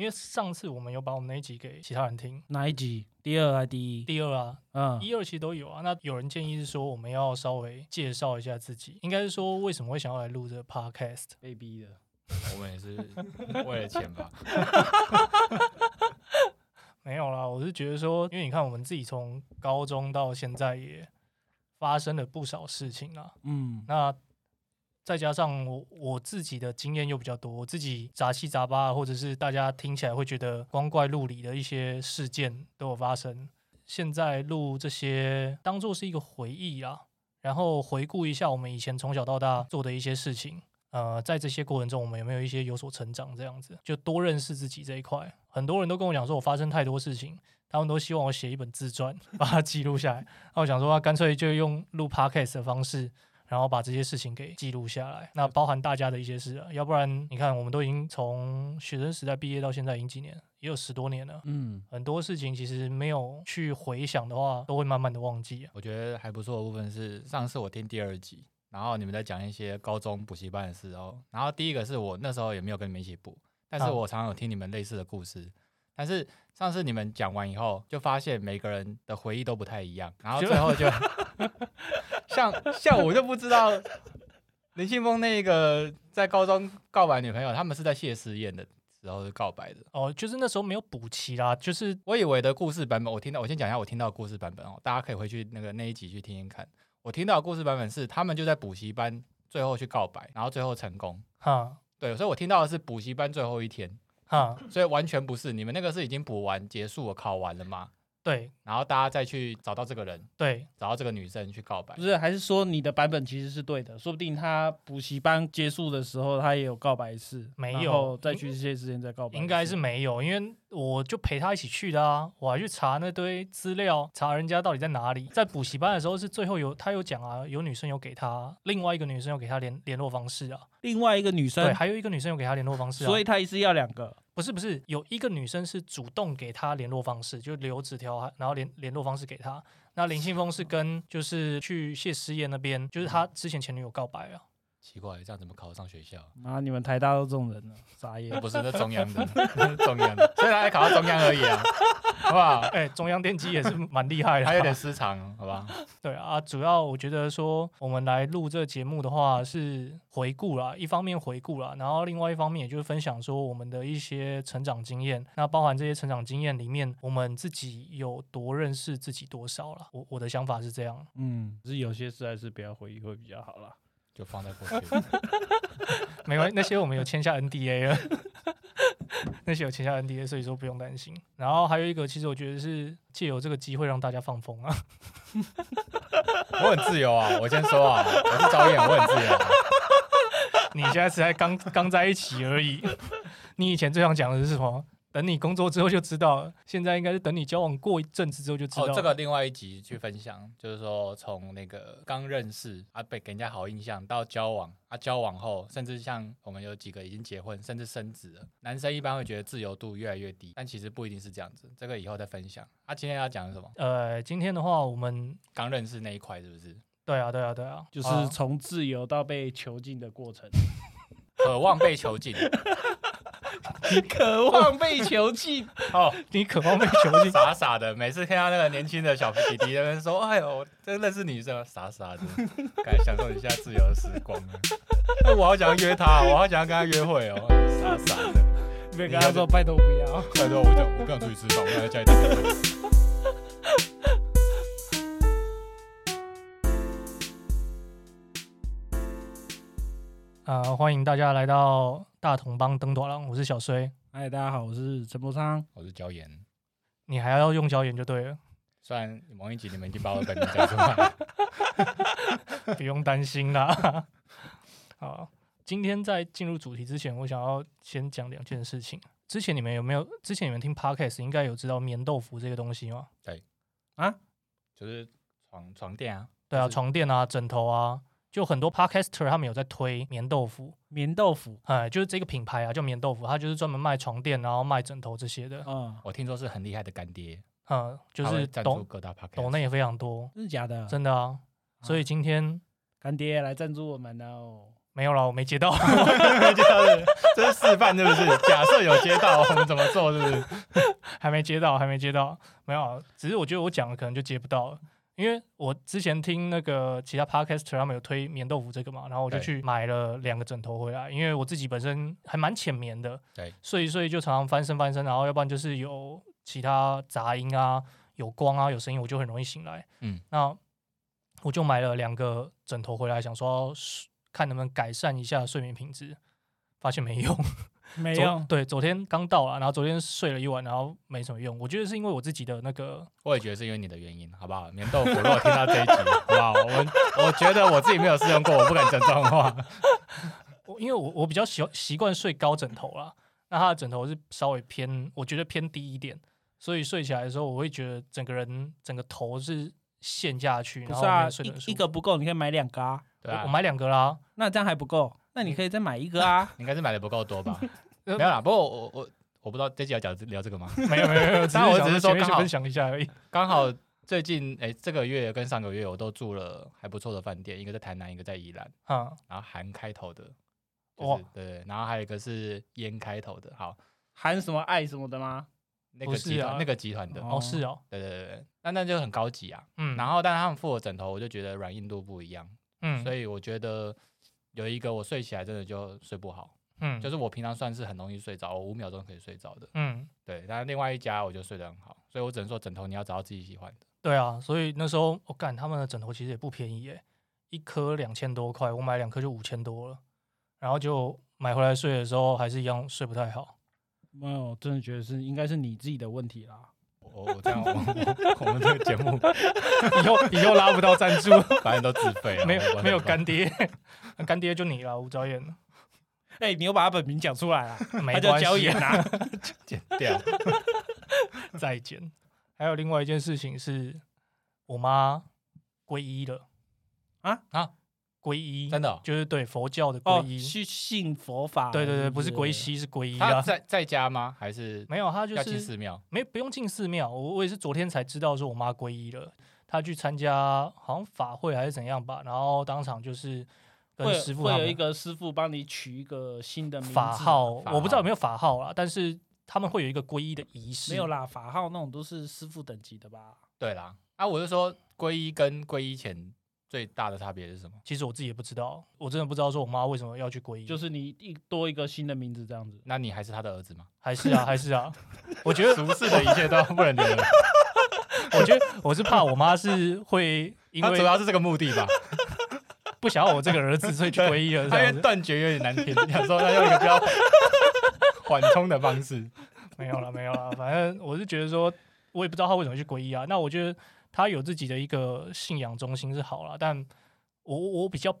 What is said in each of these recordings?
因为上次我们有把我们那一集给其他人听，哪一集？第二还是第一？第二啊，嗯，一二其实都有啊。那有人建议是说，我们要稍微介绍一下自己，应该是说为什么会想要来录这个 podcast。被逼的。我们也是为了钱吧。没有啦，我是觉得说，因为你看我们自己从高中到现在也发生了不少事情啊啦。嗯，那再加上我我自己的经验又比较多，我自己杂七杂八，或者是大家听起来会觉得光怪陆离的一些事件都有发生。现在录这些当做是一个回忆啦，然后回顾一下我们以前从小到大做的一些事情。呃，在这些过程中，我们有没有一些有所成长？这样子就多认识自己这一块。很多人都跟我讲说，我发生太多事情，他们都希望我写一本自传， 把它记录下来。那我想说，啊干脆就用录 podcast 的方式，然后把这些事情给记录下来。那包含大家的一些事啊，要不然你看，我们都已经从学生时代毕业到现在，已经几年，也有十多年了。嗯，很多事情其实没有去回想的话，都会慢慢的忘记啊。我觉得还不错的部分是，上次我听第二集，然后你们在讲一些高中补习班的事哦。然后第一个是我那时候也没有跟你们一起补，但是啊我常常有听你们类似的故事。但是上次你们讲完以后，就发现每个人的回忆都不太一样，然后最后就像像我就不知道林信峰那个在高中告白女朋友，他们是在谢师宴的时候是告白的。哦，就是那时候没有补齐啦，就是我以为的故事版本，我听到我先讲一下我听到的故事版本哦，大家可以回去那个那一集去听听看。我听到的故事版本是他们就在补习班最后去告白，然后最后成功。哈对，所以我听到的是补习班最后一天，哈，所以完全不是你们那个是已经补完结束了，考完了嘛，对然后大家再去找到这个人，对，找到这个女生去告白不。是，还是说你的版本其实是对的？说不定他补习班结束的时候，他也有告白式，没然有后再去这些时间再告白一次，应该是没有，因为我就陪他一起去的啊，我还去查那堆资料，查人家到底在哪里。在补习班的时候是最后有他有讲啊，有女生有给他，另外一个女生有给他联联络方式啊，另外一个女对，生，还有一个女生有给他联络方式啊，所以他一次要两个。不是不是，有一个女生是主动给他联络方式，就留纸条，啊然后联联络方式给他。那林信峰是跟就是去谢师宴那边，就是他之前前女友告白啊。奇怪，这样怎么考得上学校？妈，啊你们台大都这种人了，傻眼 那。不是，那中央的，那是中央的，所以他才考到中央而已啊，好不好？哎、中央电机也是蛮厉害的、还有点失常，好吧？对啊，主要我觉得说我们来录这个节目的话是回顾啦，一方面回顾啦，然后另外一方面也就是分享说我们的一些成长经验。那包含这些成长经验里面，我们自己有多认识自己多少啦。我我的想法是这样。嗯，啊只是有些事还是不要回忆会比较好啦。就放在过去。 没关系，那些我们有签下 NDA 了， 那些有签下 NDA，所以说不用担心。然后还有一个，其实我觉得是借由这个机会让大家放风啊。 我很自由啊，我先说啊，我是导演，我很自由、啊。你现在才刚刚在一起而已， 你以前最想讲的是什么？等你工作之后就知道了，现在应该是等你交往过一阵子之后就知道 哦了。，这个另外一集去分享，就是说从那个刚认识啊，被给人家好印象，到交往啊，交往后，甚至像我们有几个已经结婚，甚至生子了，男生一般会觉得自由度越来越低，但其实不一定是这样子。这个以后再分享。啊，今天要讲的是什么？呃，今天的话，我们刚认识那一块是不是？对啊，对啊，对哦啊，就是啊从自由到被囚禁的过程，渴望被囚禁。 渴望被囚禁。 哦，。你渴望被囚禁 傻傻的，每次看到那个年轻的小弟弟在那边说：“哎呦，这认识女生啊傻傻的，该享受一下自由的时光啊！”哎我好想约他，我好想要跟他约会哦，傻傻的。 没跟他说拜托不要。拜托，我讲我不想出去吃饭，我想在家里打电动。呃，欢迎大家来到大同帮登短郎，我是小衰。嗨，大家好，我是陈柏 昌。我是椒盐，你还要用椒盐就对了，虽然某一集你们已经把我的本名讲出来了， 不用担心啦。好，今天在进入主题之前，我想要先讲两件事情。之前你们有没有？之前你们听 podcast 应该有知道棉豆腐这个东西吗？就是床床垫啊，对啊，就是床垫啊，枕头啊，就很多 podcaster 他们有在推棉豆腐，棉豆腐，哎，就是这个品牌啊，叫棉豆腐，它就是专门卖床垫，然后卖枕头这些的，嗯，我听说是很厉害的干爹，嗯，就他会是赞助嗯抖各大 p a c k 抖内也非常多，真的假的？嗯啊真的啊。所以今天干爹来赞助我们哦。没有啦，我没接到。接到 是不是这是示范是不是？假设有接到，我们怎么做是不是？还没接到，还没接到，没有啊，只是我觉得我讲的可能就接不到了，因为我之前听那个其他 podcaster 他们有推棉豆腐这个嘛，然后我就对去买了两个枕头回来，因为我自己本身还蛮浅眠的，对，睡一睡就常常翻身翻身，然后要不然就是有其他杂音啊、有光啊、有声音，我就很容易醒来。嗯，那我就买了两个枕头回来，想说要睡看能不能改善一下睡眠品质，发现没用。没昨用，对，昨天刚到啊，然后昨天睡了一晚，然后没什么用。我觉得是因为我自己的那个，我也觉得是因为你的原因，好不好？棉豆腐，如果听到这一集， 好不好？我们我觉得我自己没有试用过，我不敢讲这种话。我因为我我比较习习惯睡高枕头啦，那它的枕头是稍微偏，我觉得偏低一点，所以睡起来的时候，我会觉得整个人整个头是陷下去，不然是后啊没睡得很，舒一一服。个不够，你可以买两个啊，对我啊，我，买两个啦，那这样还不够，那你可以再买一个啊你应该是买的不够多吧？呃 没有啦，不过我我我不知道这集要讲聊这个吗？没有没有没 有，当然我只是说前面刚去好分享一下而已。刚好最近哎、这个月跟上个月我都住了还不错的饭店，一个在台南，一个在宜兰，啊，然后韩开头的，就哇是对对，然后还有一个是烟开头的，好，含什么爱什么的吗？那不个是集团、啊那个集团的，哦是哦，对对对对，那那就很高级啊。嗯，然后，但是他们付我枕头，我就觉得软硬度不一样，嗯，所以以我觉得有一个我睡起来真的就睡不好，嗯就是是我平常算是很容易睡着，我五秒钟可以睡着的，嗯。对。但是另外一家我就睡得很好，所以我只能说枕头你要找到自己喜欢的。对啊，所以那时候我干、他们的枕头其实也不便宜耶，一颗两千多块，我买两颗就五千多了，然后就买回来睡的时候还是一样睡不太好。没有，我真的觉得是应该是你自己的问题啦。我我这样， 我我我们这个节目以后以后拉不到赞助，反正都自费啊，没我有没有干，爹， 干爹就你了，吴兆燕，哎、你又把他本名讲出来 了，没他叫关椒系盐， 啊，我剪掉。再见。还有另外一件事情是，我妈皈依了啊啊，皈依真的哦就是对佛教的皈哦，依，去信佛法，对对对，是不是皈，西是皈依他啊，在在家吗？还是没有，她就要是进寺庙？没不用进寺庙，我我也是昨天才知道说我妈皈依了，她去参加好像法会还是怎样吧，然后当场就是跟会师傅会他有一们个师啊傅帮你取一个新的名字法号，法我不知道号有没有法号啦，但是他们会有一个皈依的仪式，没有啦，法号那种都是师傅等级的吧？对啦，啊，我就说皈依跟皈依前最大的差别是什么？其实我自己也不知道，我真的不知道说我妈为什么要去皈依，就是你一多一个新的名字这样子。那你还是他的儿子吗？还是啊还是啊， 我觉得俗世的一切都不能留了，我觉得我是怕我妈是会因他主为要是这个目 的吧？不想要我这个儿子所以去皈依了这他样因为子，断绝有点难听，想说他用一个比 较缓冲的方式。 没有了，没有了，反正我是觉得说，我也不知道他为什么去皈依啊。那我觉得他有自己的一个信仰中心是好了，但我我比较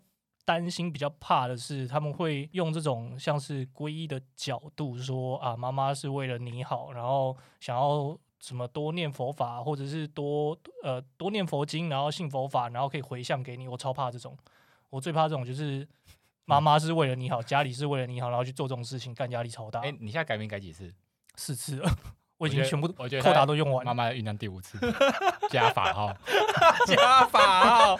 担心、比较怕的是，他们会用这种像是皈依的角度说啊，妈妈是为了你好，然后想要什么多念佛法，或者是多呃多念佛经，然后信佛法，然后可以回向给你。我超怕这种，我最怕这种就是。妈妈是为了你好，家里是为了你好，然后去做这种事情，干压力超大。哎、你现在改名改几次？四次了，我已经觉得全部都我觉得扣打都用完妈了。妈要酝酿第五 次加法 号，加法号，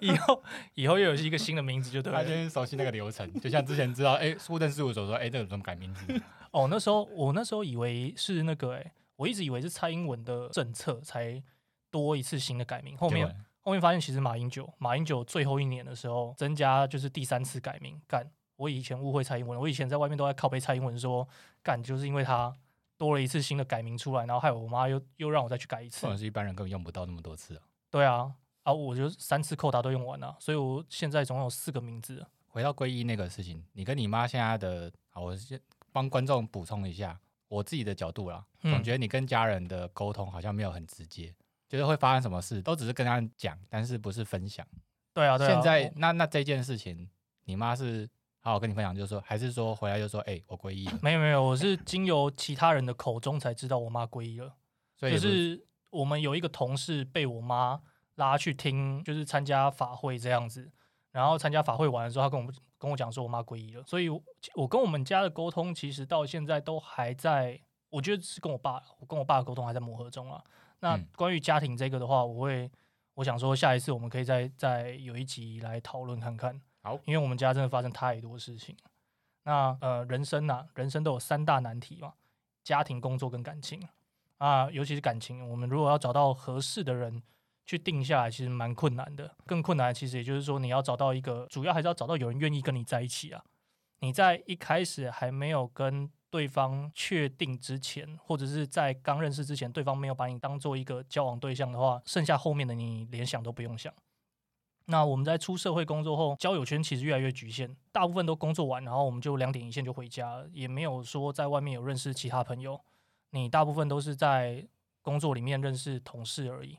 以后以后又有一个新的名字就对 他了。先熟悉那个流程，就像之前知道哎，户、政事务所说哎、这个怎么改名字？哦，那时候我那时候以为是那个、欸，我一直以为是蔡英文的政策才多一次新的改名，后结面果呢后面发现其实马英九马英九最后一年的时候增加就是第三次改名，干。我以前误会蔡英文，我以前在外面都在靠背蔡英文说干，就是因为他多了一次新的改名出来，然后害我妈又又让我再去改一次可。能是一般人根本用不到那么多次啊。对啊，啊，我就三次扣打都用完了，所以我现在总共有四个名字了。回到皈依那个事情，你跟你妈现在的，好，我先帮观众补充一下我自己的角度啦。嗯总觉得你跟家人的沟通好像没有很直接，就是会发生什么事都只是跟他们讲，但是不是分享。对啊，对啊。现在我那那这件事情，你妈是好好跟你分享，就是说还是说回来就说，哎、我皈依了，没有没有，我是经由其他人的口中才知道我妈皈依了。所 以就也不是我们有一个同事被我妈拉去听，就是参加法会这样子。然后参加法会完的时候，她跟我跟我讲说我妈皈依了。所以我，我跟我们家的沟通其实到现在都还在，我觉得是跟我爸，我跟我爸的沟通还在磨合中啊。那嗯关于家庭这个的话，我会我想说下一次我们可以再再有一集来讨论看看。好因为我们家真的发生太多事情。那呃，人生呐、人生都有三大难题嘛，家庭、工作跟感情啊，尤其是感情，我们如果要找到合适的人去定下来，其实蛮困难的。更困难，其实也就是说，你要找到一个，主要还是要找到有人愿意跟你在一起啊。你在一开始还没有跟对方确定之前，或者是在刚认识之前，对方没有把你当做一个交往对象的话，剩下后面的你连想都不用想。那我们在出社会工作后，交友圈其实越来越局限，大部分都工作完，然后我们就两点一线就回家了，也没有说在外面有认识其他朋友。你大部分都是在工作里面认识同事而已，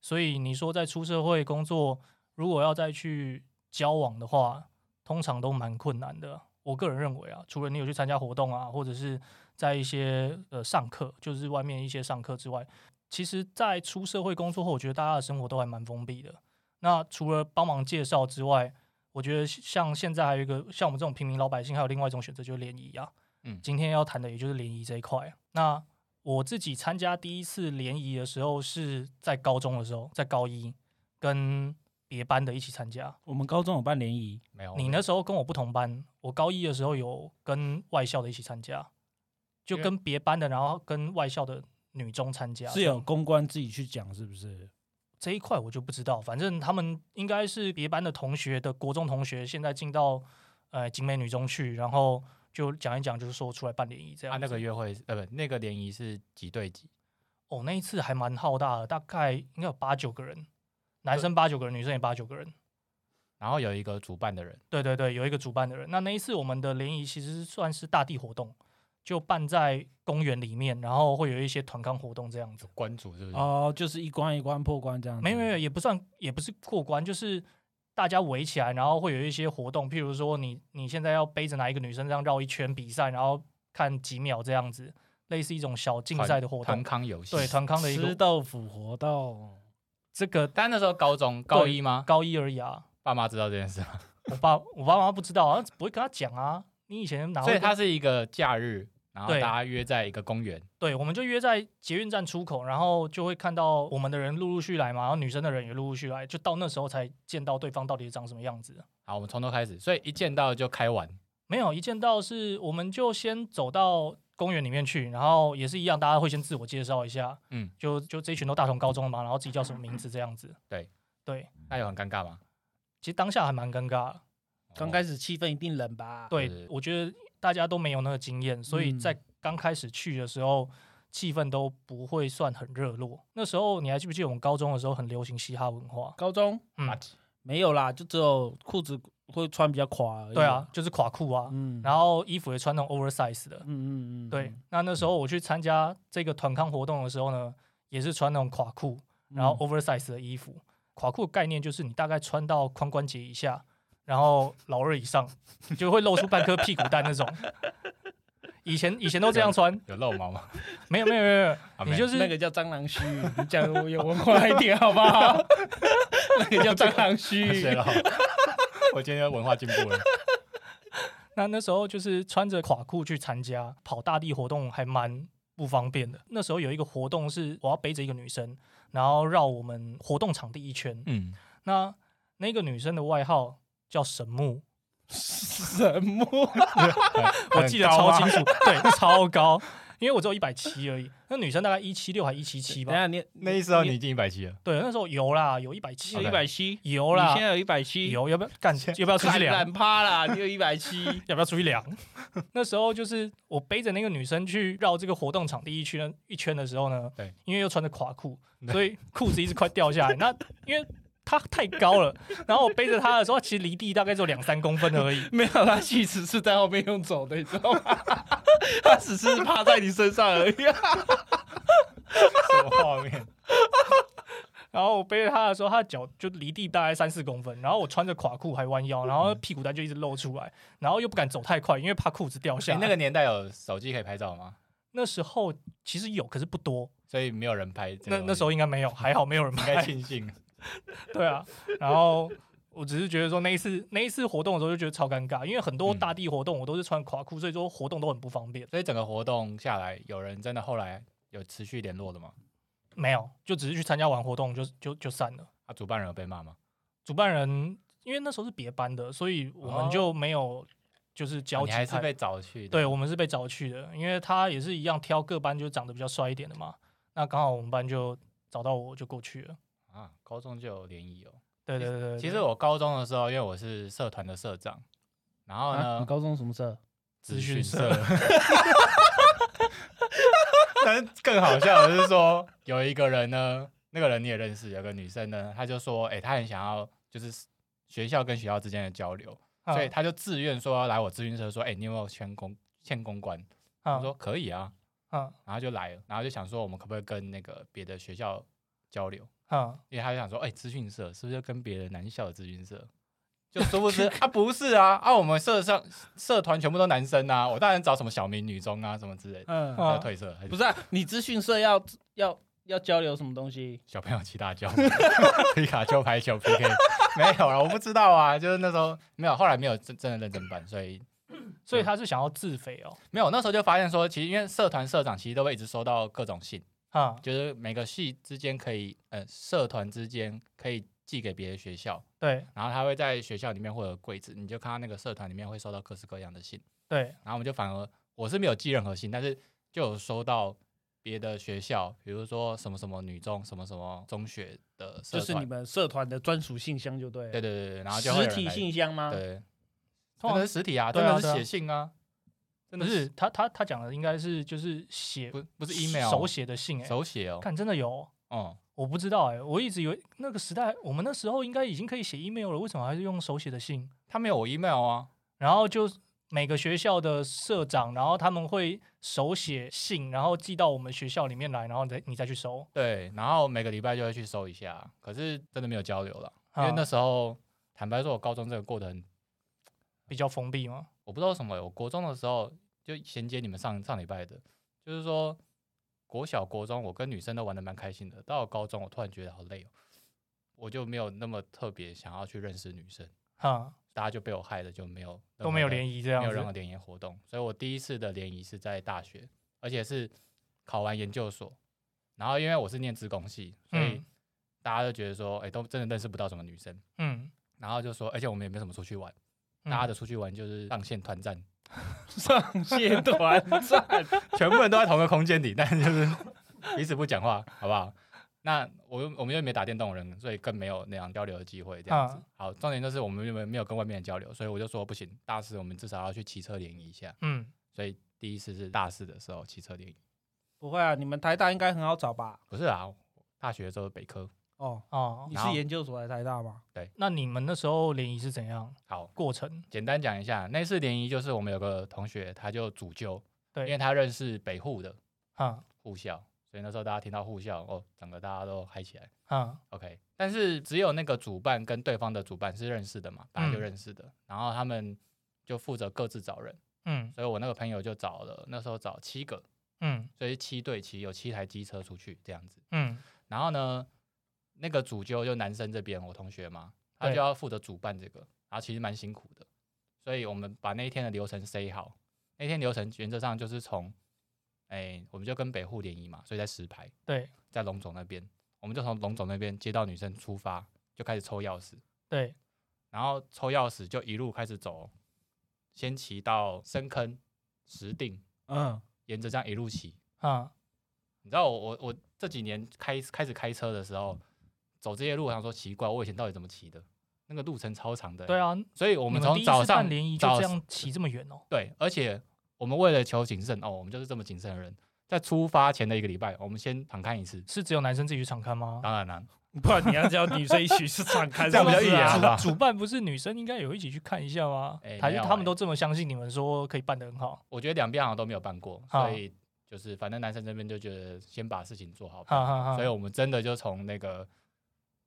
所以你说在出社会工作，如果要再去交往的话，通常都蛮困难的。我个人认为啊，除了你有去参加活动啊，或者是在一些呃上课，就是外面一些上课之外，其实，在出社会工作后，我觉得大家的生活都还蛮封闭的。那除了帮忙介绍之外，我觉得像现在还有一个像我们这种平民老百姓，还有另外一种选择就是联谊啊。嗯今天要谈的也就是联谊这一块。啊那我自己参加第一次联谊的时候是在高中的时候，在高一跟别班的一起参加。我们高中有办联谊，没有你那时候跟我不同班，我高一的时候有跟外校的一起参加，就因为跟别班的，然后跟外校的女中参加。是啊有公关自己去讲是不是？这一块我就不知道，反正他们应该是别班的同学的国中同学，现在进到呃景美女中去，然后就讲一讲，就是说出来办联谊这样啊，子。那个约会是呃不，那个联谊是几对几？哦，那一次还蛮浩大的，大概应该有八九个人，男生八九个人，女生也八九个人。然后有一个主办的人，对对对，有一个主办的人。那那一次我们的联谊其实算是大地活动，就办在公园里面，然后会有一些团康活动这样子有。关主是不是？哦，就是一关一关破关这嗯样子。没有没有，也不算，也不是过关，就是大家围起来，然后会有一些活动，譬如说你你现在要背着哪一个女生这样绕一圈比赛，然后看几秒这样子，类似一种小竞团赛的活团动，康游戏。对团康的一吃个豆腐活动，这个但那时候高中高对一吗？高一而已啊。爸妈知道这件事吗，我爸我爸妈不知道啊，不会跟他讲啊。你以前哪会所以跟？它是一个假日，然后对大家约在一个公园，对，我们就约在捷运站出口，然后就会看到我们的人陆陆续来嘛，然后女生的人也陆陆续来，就到那时候才见到对方到底是长什么样子。好，我们从头开始，所以一见到就开玩，没有一见到是，我们就先走到公园里面去，然后也是一样，大家会先自我介绍一下，嗯，就就这一群都大同高中的嘛，然后自己叫什么名字这样子。对对，那有很尴尬吗？哦其实当下还蛮尴尬的。刚开始气氛一定冷吧？对是，我觉得大家都没有那个经验，所以嗯在刚开始去的时候，气氛都不会算很热络。那时候你还记不记得我们高中的时候很流行嘻哈文化？高中嗯，没有啦，就只有裤子会穿比较垮而已。对啊，，就是垮裤啊，嗯，然后衣服也穿那种 oversize 的。嗯嗯嗯，对，那那时候我去参加这个团康活动的时候呢，也是穿那种垮裤，嗯然后 oversize 的衣服。垮裤的概念就是你大概穿到髋关节以下，然后老二以上，就会露出半颗屁股蛋那种。以前以前都这样穿，有漏 毛吗？没有没有没有，啊你没有就是那个叫蟑螂须，你讲的我有文化一点好 不好？那个叫蟑螂 须哦谢，了， 我今天文化进步了。那那时候就是穿着垮裤去参加跑大地活动，还蛮不方便的。那时候有一个活动是我要背着一个女生，然后绕我们活动场地一圈。嗯，那那个女生的外号叫神木，什么？嗯我记得很高超吗清楚，啊 对，超高，因为我只有一百七而已。那女生大概一七六还一七七等一吧？下你那意思哦，你已经一百七了，对，那时候有啦，有一百七有，一 OK 百七，有你啦现，在有一百七，有要不要干？要不要出去看量？，懒趴啦，你有一百七要不要出去量？ 那时候就是我背着那个女生去绕这个活动场地一圈一圈的时候呢，对，因为又穿着垮裤，对所以裤子一直快掉下来。那因为她太高了，然后我背着她的时候，其实离地大概只有两三公分而已。 没有，他其实是在后面用走的，你知道吗？ 他只是趴在你身上而已。啊什么画面？然后我背着她的时候，她的脚就离地大概三四公分，然后我穿着垮裤还弯腰，然后嗯屁股蛋就一直露出来，然后又不敢走太快，因为怕裤子掉下 你来。哎那个年代有手机可以拍照吗？那时候其实有，可是不多。所以没有人拍这个东那西。那时候应该没有，还好没有人应拍该。庆幸， 对啊，然后我只是觉得说那一次那一次活动的时候就觉得超尴尬，因为很多嗯大地活动我都是穿垮裤，所以说活动都很不方便。 所以整个活动下来，有人真的后来有持续联络的吗？没有，就只是去参加完活动就就就散了。啊，主办人有被骂吗？主办人因因为那时候是别班的，所以我们就没有就是交集哦啊你还是太被找去的。对，我们是被找去的，因为他也是一样挑各班，就是长得比较帅一点的嘛。那刚好我们班就找到我，就过去了。啊，高中就有联谊哦。对对对对其对实我高中的时候，因为我是社团的社长，然后啊，呢你，高中什么社？资讯社， 但是更好笑的是说，有一个人呢，那个人你也认识，有个女生呢，她就说，哎、她很想要就是学校跟学校之间的交流，啊所以她就自愿说要来我咨询社，说，哎、你有没有签公签公关？啊我说可以啊，啊然后就来了，然后就想说我们可不可以跟那个别的学校交流？啊，因为他就想说，哎、资讯社是不是就跟别的男校的资讯社？ 就殊不知啊，不是啊，啊，我们社上社团全部都男生啊，我当然找什么小明女中啊，什么之类的，嗯，啊要退社，还不是是啊，你资讯社要要要交流什么东西？小朋友骑大脚，皮卡丘排球 PK，没 有啊，我不知道啊，就是那时候没有，后来没有真真的认真办，所以所以他是想要自肥哦。没有，那时候就发现说，其实因为社团社长其实都会一直收到各种信，啊，就是每个系之间可以，呃，社团之间可以寄给别的学校，对然后他会在学校里面会有柜子，你就看到那个社团里面会收到各式各样的信，对然后我们就反而我是没有寄任何信，但是就有收到别的学校，比如说什么什么女中、什么什么中学的社就是团，你们社团的专属信箱就对了。对对对对，然后就会有实人体来信箱吗？对，啊通真常的是实体啊，对真啊对的是啊写信啊，真不的是他他他讲的应该是就是写不不是 email 啊手写的信哎、手写哦，看真的有，哦，我不知道哎、我一直以为那个时代我们那时候应该已经可以写 email 了，为什么还是用手写的信？他没有我 email 啊，然后就每个学校的社长，然后他们会手写信，然后寄到我们学校里面来，然后你再你再去收。对，然后每个礼拜就会去收一下，可是真的没有交流了，因啊为那时候坦白说，我高中这个过得很比较封闭嘛。我不知道为什么欸，我国中的时候就衔接你们上上礼拜的，就是说国小、国中我跟女生都玩的蛮开心的，到了高中我突然觉得好累哦，我就没有那么特别想要去认识女生，哈，大家就被我害的就没有任都没有何的联谊这样没有任何子。联谊活动，所以我第一次的联谊是在大学，而且是考完研究所，然后因为我是念职工系，所以嗯大家都觉得说，哎、都真的认识不到什么女生，嗯，然后就说，而且我们也没什么出去玩，嗯大家的出去玩就是上线团战。 上线团站，全部人都在同一个空间里，但是就是 彼此不讲话，好不好？那我又我们又没打电动的人，所以更没有那样交流的机会，这样子。啊好，重点就是我们又没有没有跟外面人交流，所以我就说不行，大四我们至少要去骑车联谊一下。嗯，所以第一次是大四的时候骑车联谊，不会啊，你们台大应该很好找吧？不是啊，我大学的时候是北科。哦，哦你，然是后研究所来台大吗？那你们那时候联谊是怎样好，过程？简单讲一下，那次联谊就是我们有个同学他就主揪，对因为他认识北护的哈护校，所以那时候大家听到护校哦，整个大家都嗨起来。哈 OK，但是只有那个主办跟对方的主办是认识的嘛，本来就嗯认识的，然后他们就负责各自找人，嗯所以我那个朋友就找了，那时候找七个，嗯所以七对七有七台机车出去这样子。嗯然后呢，那个主揪就男生这边，我同学嘛，他对就要负责主办这个，然后其实蛮辛苦的，所以我们把那一天的流程塞好，那天流程原则上就是从，哎、我们就跟北户联谊嘛，所以在石牌，对在龙总那边，我们就从龙总那边接到女生出发，就开始抽钥匙，对然后抽钥匙就一路开始走，先骑到深坑、石定，嗯，沿着这样一路骑。哈你知道我我我这几年开开始开车的时候，走这些路，我想说奇怪，我以前到底怎么骑的？那个路程超长的欸、对啊，所以我我们从早上联谊就早这样骑这么远哦。对，而且我们为了求谨慎哦，我们就是这么谨慎的人，在出发前的一个礼拜，我们先躺看一次。是只有男生自己去场刊吗？当然啦、不然你要叫女生一起去敞 开，这样比较是易不是啊啊吧主主办不是女生应该也会一起去看一下吗哎？还没是有他们哎都这么相信你们说可以办得很好？我觉得两边好像都没有办过，好所以就是反正男生这边就觉得先把事情做好吧，哈哈哈。所以我们真的就从那个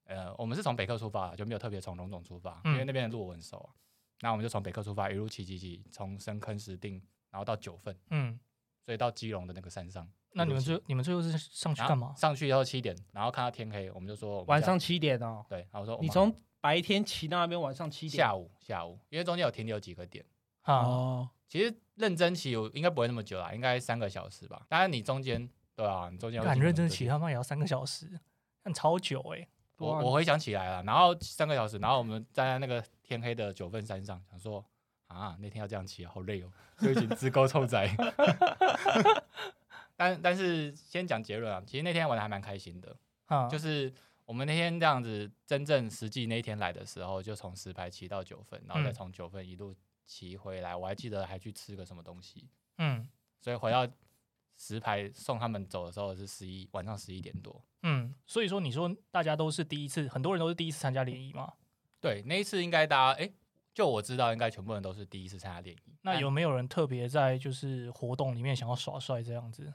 呃，我们是从北科出发，就没有特别从龙总出发，嗯因为那边的路我很熟啊。那我们就从北科出发，一路骑骑骑，从深坑石定，然后到九份，嗯，所以到基隆的那个山上。那一你路们骑最你们最后是上去然后干嘛？上去以后七点，然后看到天黑，我们就说我们晚这上样七点哦，对，然后说我你们从白天骑到那边，晚上七点。下午下午，因为中间有停留几个点。啊，哦，其实认真骑我应该不会那么久啦，应该三个小时吧。当然你中间对啊，你中间有敢几个认真点骑，他妈也要三个小时，但超久哎、对啊我我回想起来了，然后三个小时，然后我们站在那个天黑的九份山上，想说啊，那天要这样骑，好累哦，就已经自够臭仔。 但但是先讲结论啊，其实那天玩的还蛮开心的，啊，就是是我们那天这样子，真正实际那一天来的时候，就从石牌骑到九份，然后再嗯从九份一路骑回来。我还记得还去吃个什么东西，嗯所以回到石牌送他们走的时候是十一晚上十一点多。嗯，所以说你说大家都是第一次，很多人都是第一次参加联谊嘛？对，那一次应该大家哎、就我知道应该全部人都是第一次参加联谊。那但有没有人特别在就是活动里面想要耍帅这样子？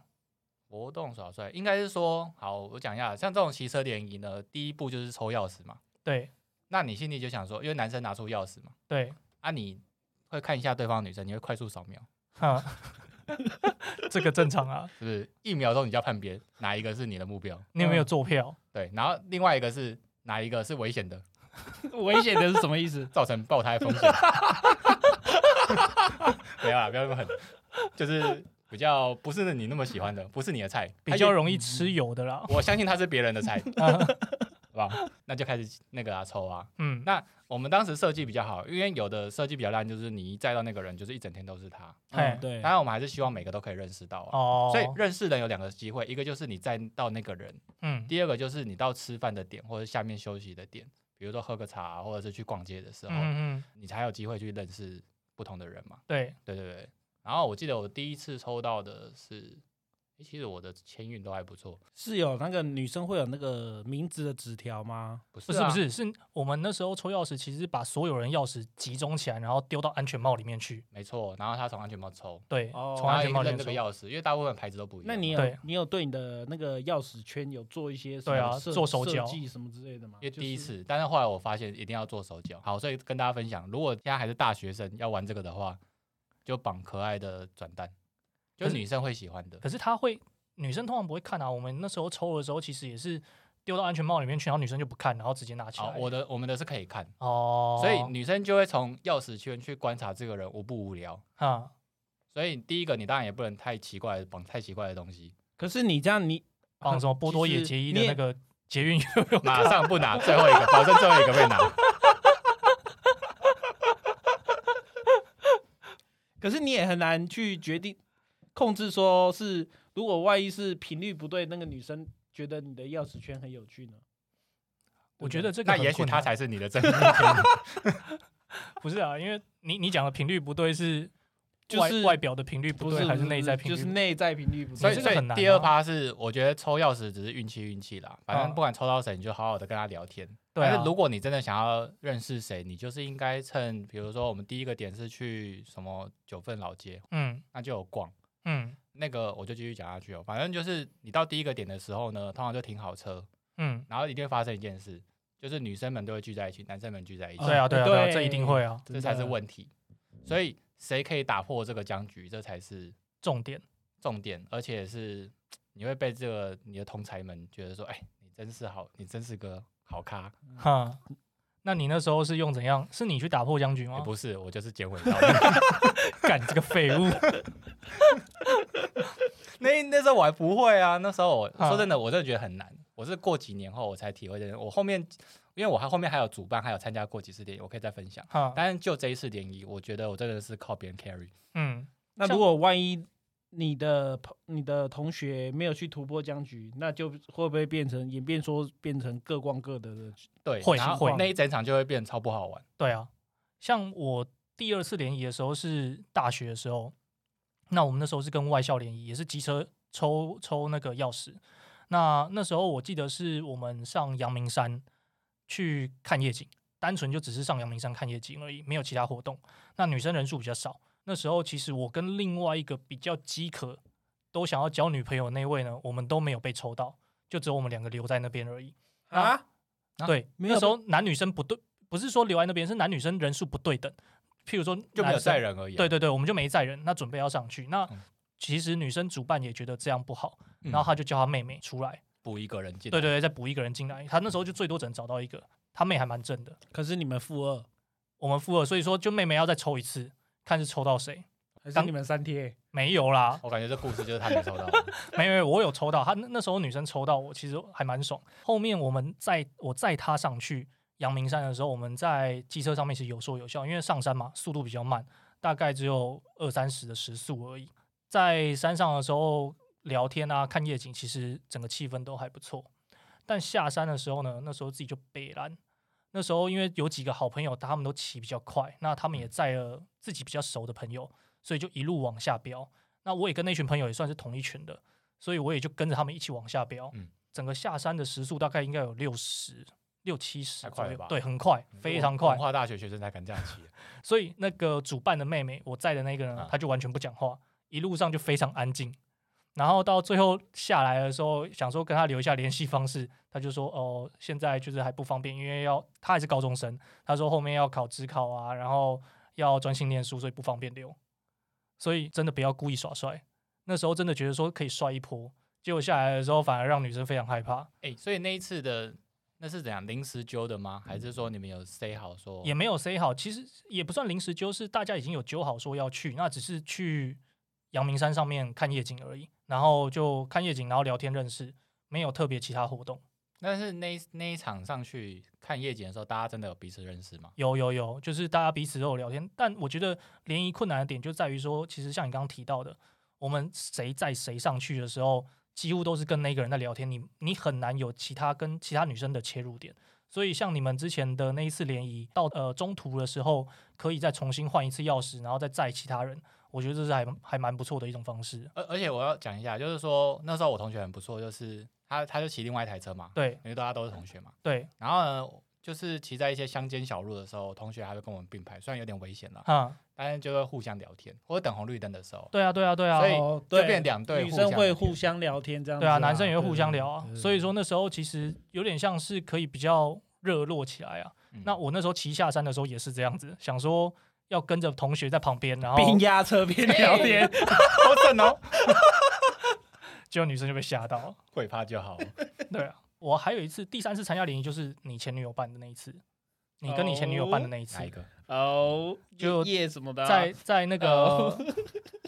活动耍帅，应该是说好，我讲一下，像这种骑车联谊呢，第一步就是抽钥匙嘛。对那你心里就想说，因为男生拿出钥匙嘛，对，啊，你会看一下对方的女生，你会快速扫描，哈， 这个正常啊。是不是？一秒钟你就要判别哪一个是你的目标，你有没有坐票？对，然后另外一个是哪一个是危险的，危险的是什么 意思？造成爆胎风险。 没有啦，不要那么狠，就是比较不是你那么喜欢的，不是你的菜，比较容。容易吃油的啦。我相信他是别人 的菜，好啊不好？那就开始那个啊抽啊。嗯，那我们当时设计比较好，因为有的设计比较烂，就是你一载到那个人，就是一整天都是他。哎嗯对当，然，我们还是希望每个都可以认识到啊。哦，所以认识人有两个机会，一个就是你载到那个人，嗯第二个就是你到吃饭的点或者下面休息的点，比如说喝个茶啊、或者是去逛街的时嗯候，嗯，你才有机会去认识不同的人嘛。对，对对对。然后我记得我第一次抽到的是，诶其实我的签运都还不错，是有那个女生会有那个名字的纸条吗？不哦不是是啊不是，是我们那时候抽钥匙，其实是把所有人钥匙集中起来，然后丢到安全帽里面去。没错，然后他从安全帽抽，对，哦从然安后全一帽里认面这抽个。钥匙，因为大部分牌子都不一样嘛。那你有对你有对你的那个钥匙圈有做一些什对么啊设做手设脚计什么之类的吗？因为第一就是次，但是后来我发现一定要做手脚。好，所以跟大家分享，如果现在还是大学生要玩这个的话，就绑可爱的转蛋，就可是女生会喜欢的。可是他会，女生通常不会看啊。我们那时候抽的时候，其实也是丢到安全帽里面去，然后女生就不看，然后直接拿起好，来。哦我的我们的是可以看，哦，所以女生就会从钥匙圈去观察这个人无不无聊。啊，所以第一个，你当然也不能太奇怪，绑太奇怪的东 西，可是你这样你啊啊绑什么波多野结衣的那个捷 运游泳马上不拿，最后一个，保证最后一个被拿。可是你也很难去决定控制，说是如果万一是频率不对，那个女生觉得你的钥匙圈很有趣呢？ 我觉得这个那很也许困他难才是你的 真命天女。不是啊，因为你你讲的频率不对是就外是外表的频率不不对，是还是内在频频率率，就不对？是内在频率不所对。以，这所个以很难第二啊趴是，我觉得抽钥匙只是运气运气啦，反正嗯不管抽到谁，你就好好的跟他聊天。对但啊是，如果你真的想要认识谁，你就是应该趁，比如说我们第一个点是去什么九份老街，嗯那就有逛。嗯那个我就继续讲下去哦，反正就是你到第一个点的时候呢，通常就停好车，嗯，然后一定会发生一件事，就是女生们都会聚在一起，男生们聚在一起，对啊对啊对啊，这一哎对定会啊，真这的才是问题。所以谁可以打破这个僵局，这才是重点。重点，而且是你会被这个你的同才们觉得说，哎、你真是好，你真是个好啊咖。嗯哈，那你那时候是用怎样？是你去打破僵局也哎吗？哎不是，我就是结尾刀的。干这个废物！ 那那时候我还不会啊，那时候我啊说真的，我真的觉得很难。我是过几年后我才体会的，我后面因为我还后面还有主办，还有参加过几次联谊，我可以再分享。哈，但是就这一次联谊，我觉得我真的是靠别人 carry。嗯，那如果万一你的朋你的同学没有去突破僵局，那就会不会变成演变说变成各逛各的的？对，会然后会那一整场就会变超不好玩。对啊，像我第二次联谊的时候是大学的时候，那我们那时候是跟外校联谊，也是机车抽抽那个钥匙。那那时候我记得是我们上阳明山去看夜景，单纯就只是上阳明山看夜景而已，没有其他活动。那女生人数比较少，那时候其实我跟另外一个比较饥渴都想要交女朋友那位呢，我们都没有被抽到，就只有我们两个留在那边而已。啊，啊对，没那有时候男女生不对，不是说留在那边，是男女生人数不对等。譬如说就没有男生载，人而已啊、对对对，我们就没载人，那准备要上去。那嗯其实女生主办也觉得这样不好，嗯，然后他就叫他妹妹出来，补一个人进来。对对对，再补一个人进来。他那时候就最多只能找到一个，他妹还蛮正的，可是你们负二，我们负二，所以说就妹妹要再抽一次，看是抽到谁。还是当你们三贴？没有啦，我感觉这故事就是他没抽到 的，没有没有，我有抽到他那那时候女生抽到我，其实还蛮爽。后面我们载我载她上去阳明山的时候，我们在机车上面其实有说有笑，因为上山嘛，速度比较慢，大概只有二三十的时速而已。在山上的时候聊天啊，看夜景，其实整个气氛都还不错。但下山的时候呢，那时候自己就北蓝。那时候因为有几个好朋友，他们都骑比较快，那他们也载了自己比较熟的朋友，所以就一路往下飙。那我也跟那群朋友也算是同一群的，所以我也就跟着他们一起往下飙。嗯整个下山的时速大概应该有六十六七十太快左了右吧，嗯对，很快，非常快文。化大学学生才敢这样骑，所以那个主办的妹妹，我在的那个呢啊，她就完全不讲话，一路上就非常安静。然后到最后下来的时候，想说跟她留一下联系方式，她就说：“哦，现在就是还不方便，因为要她还是高中生，她说后面要考职考啊，然后要专心念书，所以不方便留。所以真的不要故意耍帅。那时候真的觉得说可以帅一波，结果下来的时候反而让女生非常害怕，哎、所以那一次的那是怎样临时揪的吗？还是说你们有 say 好说也没有 say 好，其实也不算临时揪，是大家已经有揪好说要去，那只是去阳明山上面看夜景而已，然后就看夜景，然后聊天认识，没有特别其他活动。但是那一那一场上去看夜景的时候，大家真的有彼此认识吗？有有有，就是大家彼此都有聊天，但我觉得联谊困难的点就在于说，其实像你刚刚提到的，我们谁在谁上去的时候，几乎都是跟那个人在聊天，你你很难有其他跟其他女生的切入点。所以像你们之前的那一次联谊，到呃中途的时候，可以再重新换一次钥匙，然后再载其他人，我觉得这是还还蛮不错的一种方式。而而且我要讲一下，就是说那时候我同学很不错，就是他他就骑另外一台车嘛，对因为大家都是同学嘛。对，然后呢，就是骑在一些乡间小路的时候，同学还会跟我们并排，虽然有点危险了，啊，但是就会互相聊天，或者等红绿灯的时候，对啊，对啊，对啊，所以哦就对变两队女互相生会聊天互相聊天这样子、对啊，男生也会互相聊啊对，对所以说那时候其实有点像是可以比较热络起来啊。嗯那我那时候骑下山的时候也是这样子，想说要跟着同学在旁边，然后 并压车 边聊天，好整哦，结果女生就被吓到了。会怕就 好。对啊，我还有一次，第三次参加联谊就是你前女友办的那一次，你跟你前女友办的那一次哪一，个？哦，就夜什么的啊、在在那个哦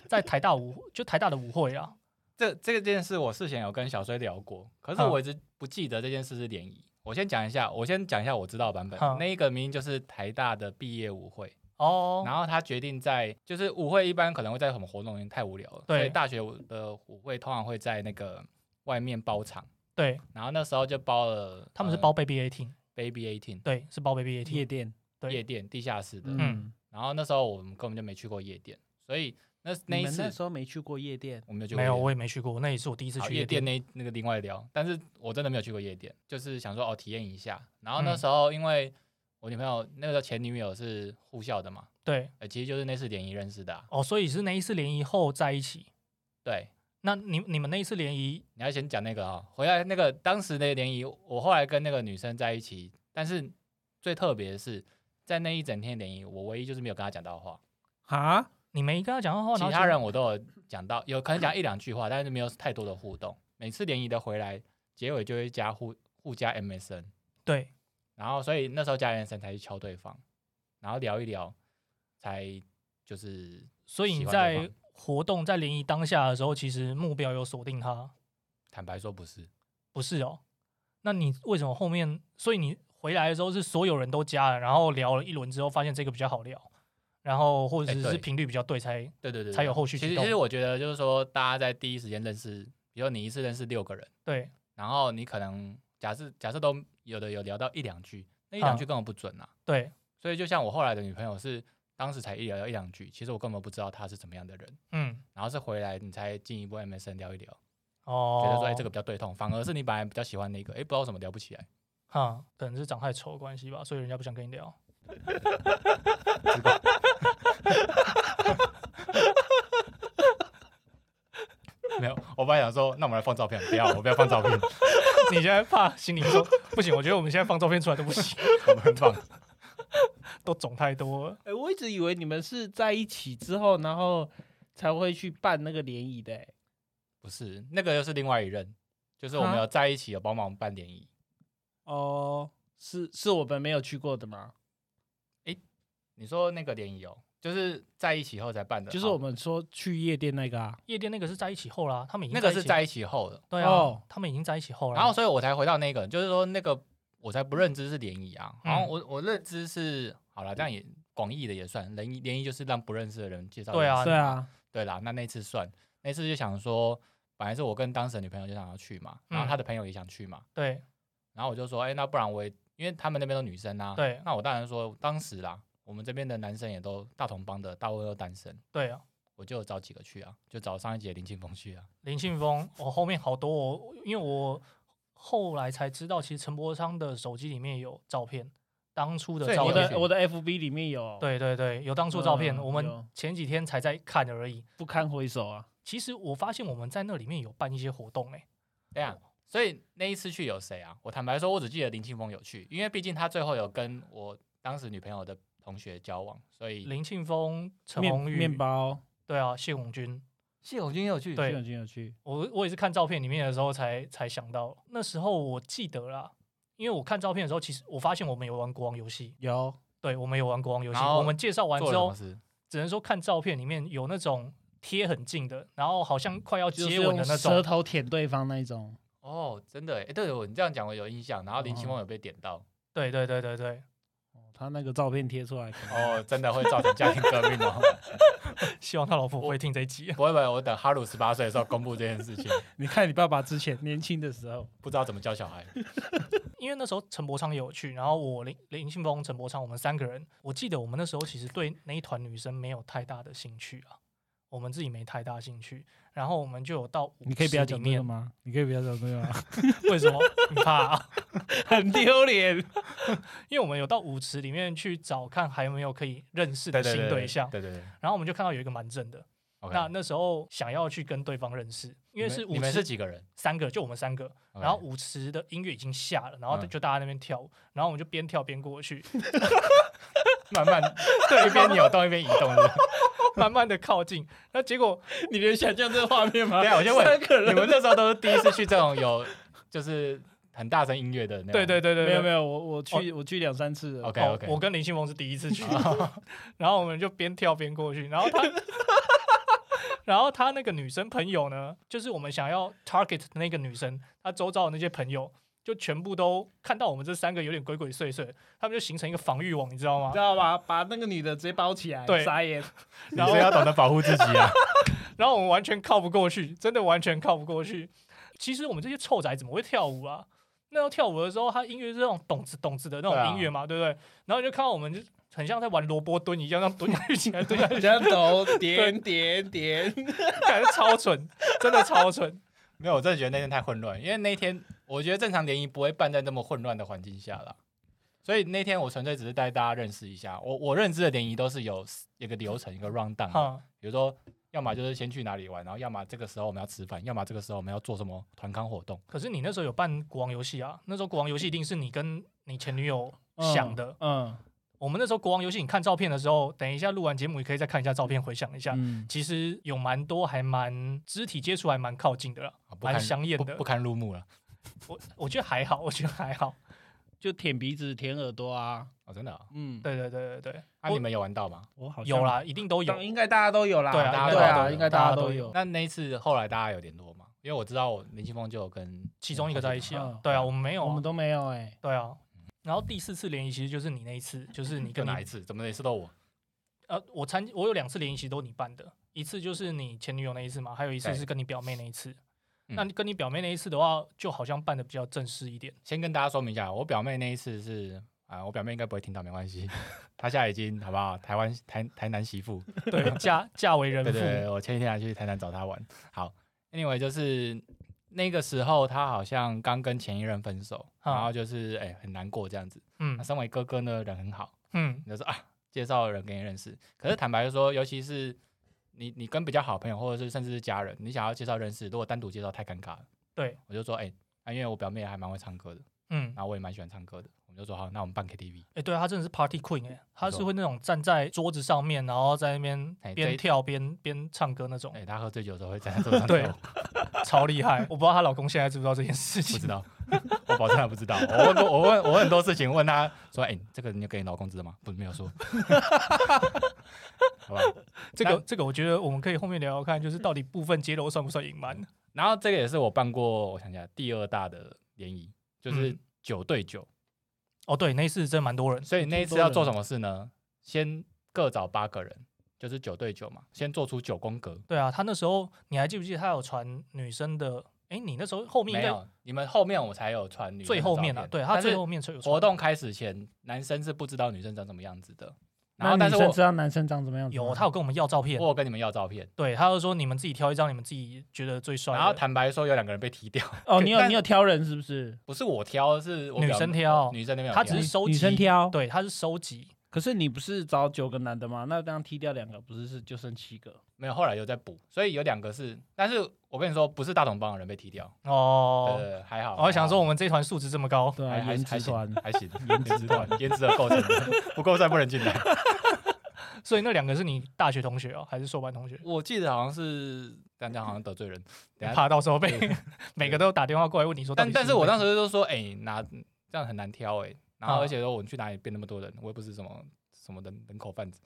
在台大舞就台大的舞会啊，这这件事我事前有跟小崔聊过，可是嗯我一直不记得这件事是联谊。我先讲一下，我先讲一下我知道的版本嗯。那一个明明就是台大的毕业舞会，哦，然后他决定在就是舞会一般可能会在什么活动里面太无聊了，对所以大学的舞会通常会在那个外面包场，对，然后那时候就包了，他们是包 Baby Eighteen，呃 Baby Eighteen 对，是包 Baby 夜 Eighteen，店，对夜店地下室的，嗯嗯，然后那时候我们根本就没去过夜店，所以那那你一们次那时候没去过夜店，我们就去过没有，夜店我也没去过，那也是我第一次好去啊夜店店。那那个另外聊，但是我真的没有去过夜店，就是想说哦体验一下。嗯然后那时候因为我女朋友那个时候前女友是护校的嘛，对，呃其实就是那次联谊认识的、啊。哦，所以是那一次联谊后在一起。对，那你你们那一次联谊，你要先讲那个啊、回来那个当时那个联谊，我后来跟那个女生在一起，但是最特别的是在那一整天联谊，我唯一就是没有跟她讲到话，啊，你没跟他讲到哦话，然后就其他人我都有讲到，有可能讲一两句话，但是没有太多的互动。每次联谊的回来，结尾就会加互互加 MSN。对然后所以那时候家人神才去敲对方，然后聊一聊，才就是所以你喜欢对在方活动在联谊当下的时候，其实目标有锁定他，坦白说不是，不是哦？那你为什么后面？所以你回来的时候是所有人都加了，然后聊了一轮之后，发现这个比较好聊，然后或者哎是对频率比较对才对对对对才有后续其举实动其实我觉得就是说，大家在第一时间认识，比如你一次认识六个人，对然后你可能假设假设都有的有聊到一两句，那一啊两句根本不准啊。对，所以就像我后来的女朋友是，当时才一聊聊一两句，其实我根本不知道她是怎么样的人，嗯，然后是回来你才进一步 MSN 聊一聊，哦，觉得说哎这个比较对痛，反而是你本来比较喜欢那个，哎不知道为什么聊不起来，哈，可能是长太丑的关系吧，所以人家不想跟你聊。 没有，我本来想说，那我们来放照片，不要，我不要放照片，你现在怕心里说不行，我觉得我们现在放照片出来都不行，我们放。 都肿太多了。哎、我一直以为你们是在一起之后，然后才会去办那个联谊的、欸，不是，那个又是另外一任，就是我们啊有在一起，有帮忙办联谊。哦，是是我们没有去过的吗？你说那个联谊哦，就是在一起后才办的，就是我们说去夜店那个啊，夜店那个是在一起后啦，他们已经那个一起是在一起后的，对啊，哦他们已经在一起后了。然后所以我才回到那个，就是说那个我才不认知是联谊啊，然嗯后我我认知是好了，这样也广义的也算联谊，联谊就是让不认识的人介绍对啊认识对啊，对啦，那那次算，那次就想说，本来是我跟当时的女朋友就想要去嘛，然后嗯她的朋友也想去嘛，对然后我就说，哎、那不然我也，因为他们那边都女生啊，对那我当然说当时啦，我们这边的男生也都大同帮的，大部分都单身，对啊，我就找几个去啊，就找上一节林庆峰去啊，林信峰，我后面好多我，因为我后来才知道，其实陈柏昌的手机里面有照片，当初的所以照你我有片去的。我的 FB 里面有，，对对对，有当初照片，嗯我们有前几天才在看而已。不堪回首啊，其实我发现我们在那里面有办一些活动、欸，对啊。所以那一次去有谁啊？我坦白说，我只记得林庆峰有去，因为毕竟他最后有跟我当时女朋友的同学交往，所以林庆峰、陈面鸿宇、面包，对啊，谢红军，谢友军也有去对有趣有趣，我我也是看照片里面的时候才才想到，那时候我记得啦，因为我看照片的时候，其实我发现我们有玩国王游戏，有对，我们有玩国王游戏。然后我们介绍完做之了什么后，事？只能说看照片里面有那种贴很近的，然后好像快要哦就是接吻用的那舌种，头舔对方那一种，哦，真的哎，诶对我你这样讲我有印象，然后林奇峰有被点到，对对对对对，哦他那个照片贴出来可能，哦，真的会造成家庭革命哦。 希望他老婆不会听这一集。 不会不会，我等哈鲁十八岁的时候公布这件事情，你看你爸爸之前年轻的时候，不知道怎么教 小孩。因为那时候陈柏昌也有去，然后我林林信峰、陈柏昌，我们三个人，我记得我们那时候其实对那一团女生没有太大的兴趣啊，我们自己没太大兴趣，然后我们就有到舞你可以不要室里讲这个面，吗？你可以不要讲这个吗？ 为什么？ 你怕、啊？很丢 脸，因为我们有到舞池里面去找看还有没有可以认识的新对象，对对对。然后我们就看到有一个蛮正的， OK，那那时候想要去跟对方认识，因为你是们舞你们是池几个人？三个，就我们三个， OK 哎然后舞池的音乐已经下了，然后嗯就大家在那边跳舞，然后我们就边跳边过去，慢慢 对一边扭动一边移动的。慢慢的靠近，那结果 你能想象这个画面吗？对啊，我先问三个你人，们那时候都是第一次去这种有就是很大声音乐的那种。 对对对对，没有没有。有，我我去我去两三次了， OK 哦 OK，我跟林信峰是第一次去，哦 然后我们就边跳边过去，然后 他，然后他那个女生朋友呢，就是我们想要 target 的那个女生，她周遭的那些朋友就全部都看到我们这三个有点鬼鬼祟祟，他们就形成一个防御网，你知道吗你知？道吧？把那个女的直接包起来，对傻眼，你然后是要懂得保护自己 啊。然后我们完全靠不过去，真的完全靠不过去。其实我们这些臭宅怎么会跳舞啊？那时候跳舞的时候，他音乐是那种咚子咚子的那对啊种音乐嘛，对,、不对？然后你就看到我们就很像在玩萝卜蹲一样，让蹲下去起来，蹲下去，人家 头点点点，感觉超蠢，真的超蠢。没有，我真的觉得那天太混乱，因为那天我觉得正常联谊不会办在这么混乱的环境下啦。所以那天我纯粹只是带大家认识一下，我我认知的联谊都是有一个流程，一个 round down，的哈、比如说要么就是先去哪里玩，然后要么这个时候我们要吃饭，要么这个时候我们要做什么团康活动。可是你那时候有办国王游戏啊？那时候国王游戏一定是你跟你前女友想的。嗯，我们那时候国王游戏，你看照片的时候，等一下录完节目，你可以再看一下照片，回想一下。嗯，其实有蛮多还蛮肢体接触还蛮靠近的啦，啊不蛮堪香艳不的不。堪入目了，我我觉得还好，我觉得还好。就舔鼻子、舔耳朵啊，哦，真的、哦。嗯，对对对对对，那、我啊你们有玩到吗？我好像有，啦，一定都有当。应该大家都有啦，对啊大家应该大家都有啊，应该大家都有，那那一次后来大家有联络吗？因为我知道我林清峰就有跟其中一个在一起啊嗯，对啊，我们没有我啊们，都没有哎，对啊。然后第四次联谊其实就是你那一次，就是你就跟你哪一次？怎么每次都我？呃，我参我有两次联谊其实都是你办的，一次就是你前女友那一次嘛，还有一次对是跟你表妹那一次。嗯那你跟你表妹那一次的话，就好像办的比较正式一 点。先跟大家说明一下，我表妹那一次是啊，我表妹应该不会听到，没关系， 她现在已经好不好？台湾台台南媳妇，对，嫁嫁为人对妇，对对，我前几天还去台南找她玩。好，anyway，就是那个时候她好像刚跟前一任分手，嗯然后就是哎、很难过这样子。嗯那身为哥哥呢，人很好，嗯，你就说啊，介绍人给你认识。可是坦白说，尤其是你你跟比较好朋友，或者是甚至是家人，你想要介绍认识，如果单独介绍太尴尬了。对，我就说哎、啊因为我表妹还蛮会唱歌的，嗯，然后我也蛮喜欢唱歌的，我们就说好，那我们办 KTV。哎、对啊，她真的是 party queen 哎、她错是会那种站在桌子上面，然后在那边哎这边跳边边唱歌那种哎、，他喝醉酒的时候会站在桌子上对跳舞， 超厉害。我不知道她老公现在知不知道这件事不情知。道。 我保证他不知道。我问过，我问我问很多事情，问他说：“哎、这个你有给你老公知道吗？”不，没有说。 好吧。这个这个，我觉得我们可以后面聊聊看，就是到底部分揭露算不算隐瞒？然后这个也是我办过，我想想，第二大的联谊就是嗯九对九、哦，对，那一次真蛮哦多人，所以那一这次么多要做人什么事呢？先各找八个人，就是九对九嘛，先做出九宫格。对啊，他那时候你还记不记得他有传女生的？哎，你那时候后面没应该有，你们后面我才有传女生最的后照面了、片对他但最是后面才有传活动开始前，男生是不知道女生长什么样子的。然后，那但女是生我知道男生长怎么样子吗？有，他有跟我们要照片我，有跟你们要照片，对，他就说你们自己挑一张你们自己觉得最帅的，然后坦白说有两个人被踢掉，哦，你有但你有挑人是不是？不是我挑，是我女表生妹挑女生那边有他挑只是收集女生挑，对，他是收集，可是你不是找九个男的吗？那这样踢掉两个，不是是就剩七个？没有，后来有在补，所以有两个是，但是我跟你说，不是大同帮的人被踢掉，哦，对对对还好。我还想说我们们这团素质这么高，对啊，还还颜还值行团。还行，颜值团颜值的构成 的，不够帅不能进来。所以那两个是你大学同学哦，还是硕班同学？我记得好像是，但这样好像得罪人，等下怕到时候被对 每个都打电话过来问你说到但底，但是我当时就说，哎、拿这样很难挑哎、然后啊而且说我去哪里变那么多人，我也不是什么什么人人口贩子。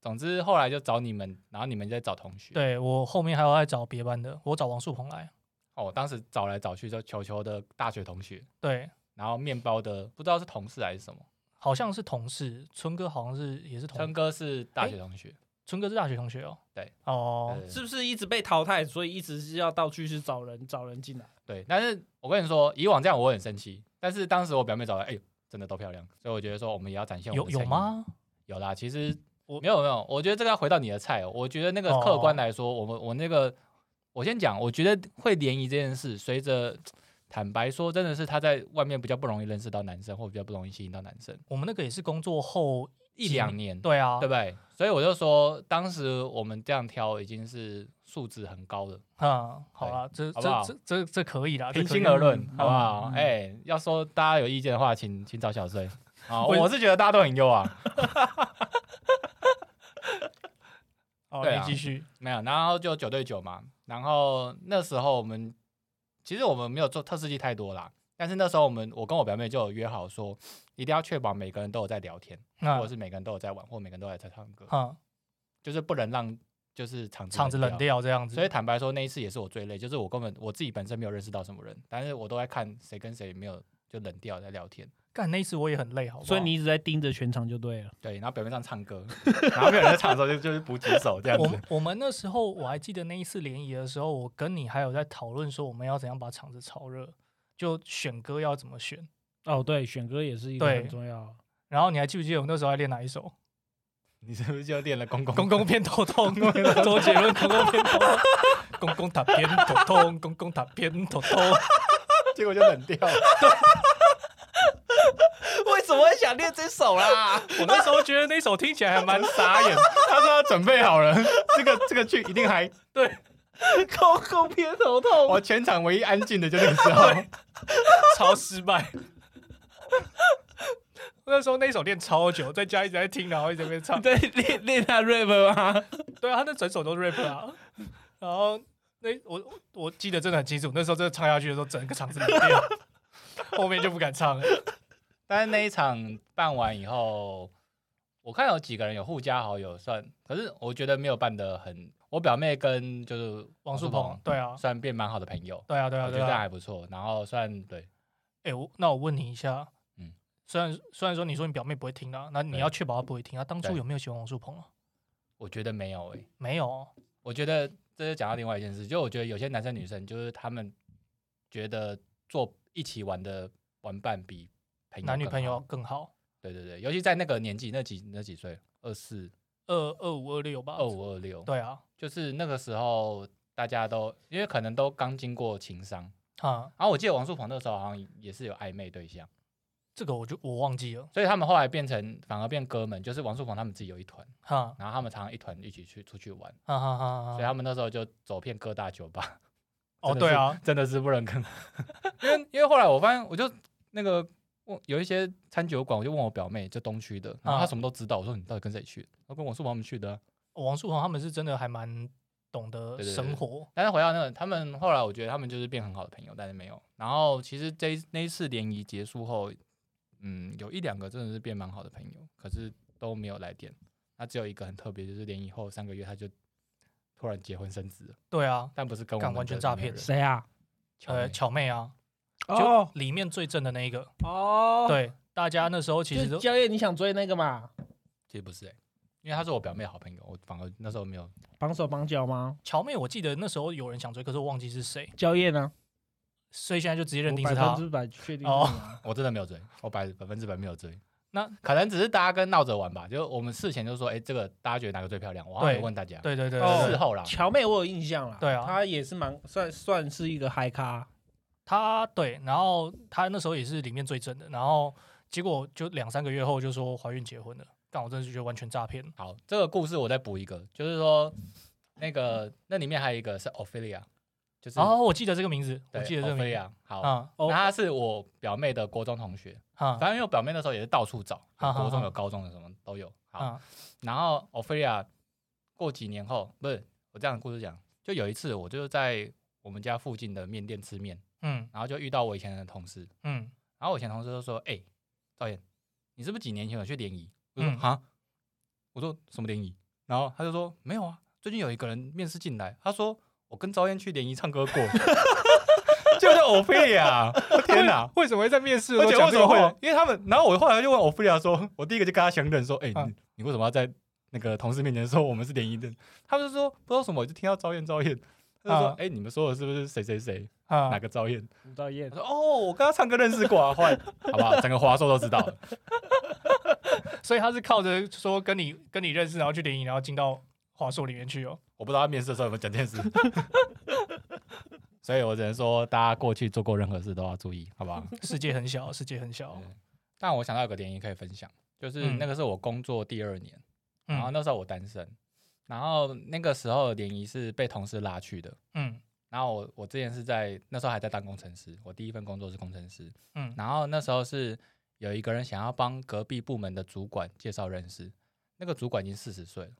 总之后来就找你们，然后你们再找同学。，对我后面还要再找别班的，我找王树鹏来，哦，我当时找来找去就球球的大学同学，对，然后面包的不知道是同事还是什么，好像是同事，春哥好像是也是春同，哥是大学同学，春哥是大学同学哦，对，呃哦，对是不是一直被淘汰，所以一直是要到处去找人找人进来？对。但是我跟你说，以往这样我会很生气，但是当时我表妹找来，哎、真的都漂亮，所以我觉得说我们也要展现我们有的有诚意？吗？有啦，其实我没有没有，嗯我觉得这个要回到你的菜、哦。我觉得那个客观来说，我们我那个我先讲，我觉得会联谊这件事，随着坦白说，真的是他在外面比较不容易认识到男生，或比较不容易吸引到男生，我们那个也是工作后一几两年，对啊，对不对？所以我就说，当时我们这样挑已经是素质很高的，嗯，好啦，这好不好这这这这可以啦，这平可以心而论，嗯好不嗯嗯好？哎、要说大家有意见的话，请请找小 睡。啊，我我是觉得大家都很优啊，好，对啊哦你继续，没有，然后就九对九嘛，然后那时候我们其实我们没有做特试剂太多啦，但是那时候我们我跟我表妹就有约好说，一定要确保每个人都有在聊天，那或者是每个人都有在玩，或每个人都有在唱歌，嗯，就是不能让就是场场子冷掉。掉这样子，所以坦白说，那一次也是我最累，就是我根本我自己本身没有认识到什么人，但是我都在看谁跟谁没有就冷掉在聊天。干那一次我也很累，好不好，所以你一直在盯着全场就对了。对，然后表面上唱歌， 然后没有人在唱的时候就就是补几首这样我子们。我们那时候我还记得那一次联谊的时候，我跟你还有在讨论说我们要怎样把场子炒热，就选歌要怎么选。哦，对，选歌也是一个对很重要。然后你还记不记得我们那时候还练哪一 首？你是不是就练了公公公公偏头痛，周杰伦公公偏头痛，公公打偏头痛，公公打偏头痛。结果就冷掉了。 为什么会想练这首啦？我那时候觉得那首听起来还蛮傻眼，他说他准备好了，这个这个剧一定还对，空空偏头痛我全场唯一安静的就那个时候，超失败。 那时候那首练超久，在家一直在听，然后一直在那边唱你。在 练练他 rap 吗？ 对啊，他那整首都是 rap 啊。 然后那我我我记得真的很清楚，那时候真的唱下去的时候，整个场子冷掉， 后面就不敢唱了。但是那一场办完以后，我看有几个人有互加好友算，可是我觉得没有办的很。我表妹跟就是王树鹏，对啊，算变蛮好的朋友，对啊，对啊，我觉对得这样啊。还不错。然后算对，哎、我那我问你一下，嗯嗯，虽然虽然说你说你表妹不会听啊，那你对要确保她不会听啊。当初对有没有喜欢王树鹏啊？我觉得没有欸诶、没有哦，我觉得这就讲到另外一件事，就我觉得有些男生女生就是他们觉得做一起玩的玩伴比朋友男女更朋好友更好。对对对，尤其在那个年纪，那几那几岁，二四、二二五二六吧，二五、二六，对啊，就是那个时候大家都因为可能都刚经过情伤，啊，然后我记得王树鹏那时候好像也是有暧昧对象，这个我就我忘记了，所以他们后来变成反而变哥们，就是王树鹏他们自己有一团，哈然后他们常常一团一起去出去玩，哈哈哈所以哈。他们那时候就走遍各大酒吧。哦，真的对是啊，，真的是不能跟， 因为因为后来我发现，我就那个我有一些餐酒馆，我就问我表妹，就东区的，然后啊她什么都知道，我说你到底跟谁去？我跟王树鹏他们去的啊、王树鹏他们是真的还蛮懂得对对对生活，但是回到那个，他们后来我觉得他们就是变很好的朋友，但是没有。然后其实这一那一次联谊结束后，嗯，有一两个真的是变蛮好的朋友，可是都没有来电。那只有一个很特别，就是联谊后三个月他就突然结婚生子了，对啊，但不是跟我干们完的全诈那个骗人谁啊？乔呃，妹巧妹啊，就哦里面最正的那一个，哦，，对，大家那时候其实就都教练你想追那个嘛，其实不是哎、因为他是我表妹的好朋友，我反而那时候没有。绑手绑脚吗？乔妹，我记得那时候有人想追，可是我忘记是谁，教练呢？所以现在就直接认定我是百他分。之百确定哦是你 啊我真的没有追，我百百分之百没有追。那可能只是大家跟闹着玩吧，就是我们事前就说，哎、这个大家觉得哪个最漂亮？我好像对有问大家。对对对，哦对事对后啦，乔妹我有印象啦，对啊她也是蛮算算是一个嗨咖，他对，然后他那时候也是里面最正的，然后结果就两三个月后就说怀孕结婚了，但我真的是觉得完全诈骗。好，这个故事我再补一个，就是说那个那里面还有一个是 Ophelia，就是哦，我记得这个名字，我对记得这个名字， Ophelia。好，啊嗯哦那她是我表妹的国中同学，嗯反正因为我表妹那时候也是到处找，好有好国中好有高中的什么都有。好，啊嗯然后 Ophelia 过几年后，不是我这样的故事讲，就有一次我就是在我们家附近的面店吃面，嗯然后就遇到我以前的同事，嗯，然后我以前同事就说：“哎、导演，你是不是几年前有去联谊？”我就嗯说：“哈、我说：“什么联谊？”然后他就说：“没有啊，最近有一个人面试进来，他说我跟赵燕去联谊唱歌过， 就是欧菲利亚。我天哪！为什么会在面试而且为什么会？因为他们，然后我后来就问欧菲利亚说：“我第一个就跟他相认说，哎、啊你你为什么要在那个同事面前说我们是联谊的？”他们就说不知道什么，我就听到赵燕赵燕，他就说啊：“哎、你们说的是不是谁谁谁啊哪？个赵燕？”吴道彦我，说哦，我跟他唱歌认识过啊，后 来好不好？整个华硕都知道了。嗯所以他是靠着说跟你跟你认识，然后去联谊，然后进到华硕里面去哦。我不知道他面试的时候有没有讲这件事，所以我只能说大家过去做过任何事都要注意，好不好？世界很小，世界很小。但我想到有个联谊可以分享，就是嗯那个是我工作第二年，然后嗯那时候我单身，然后那个时候的联谊是被同事拉去的。嗯然后我我之前是在那时候还在当工程师，我第一份工作是工程师。嗯然后那时候是有一个人想要帮隔壁部门的主管介绍认识，那个主管已经四十岁了，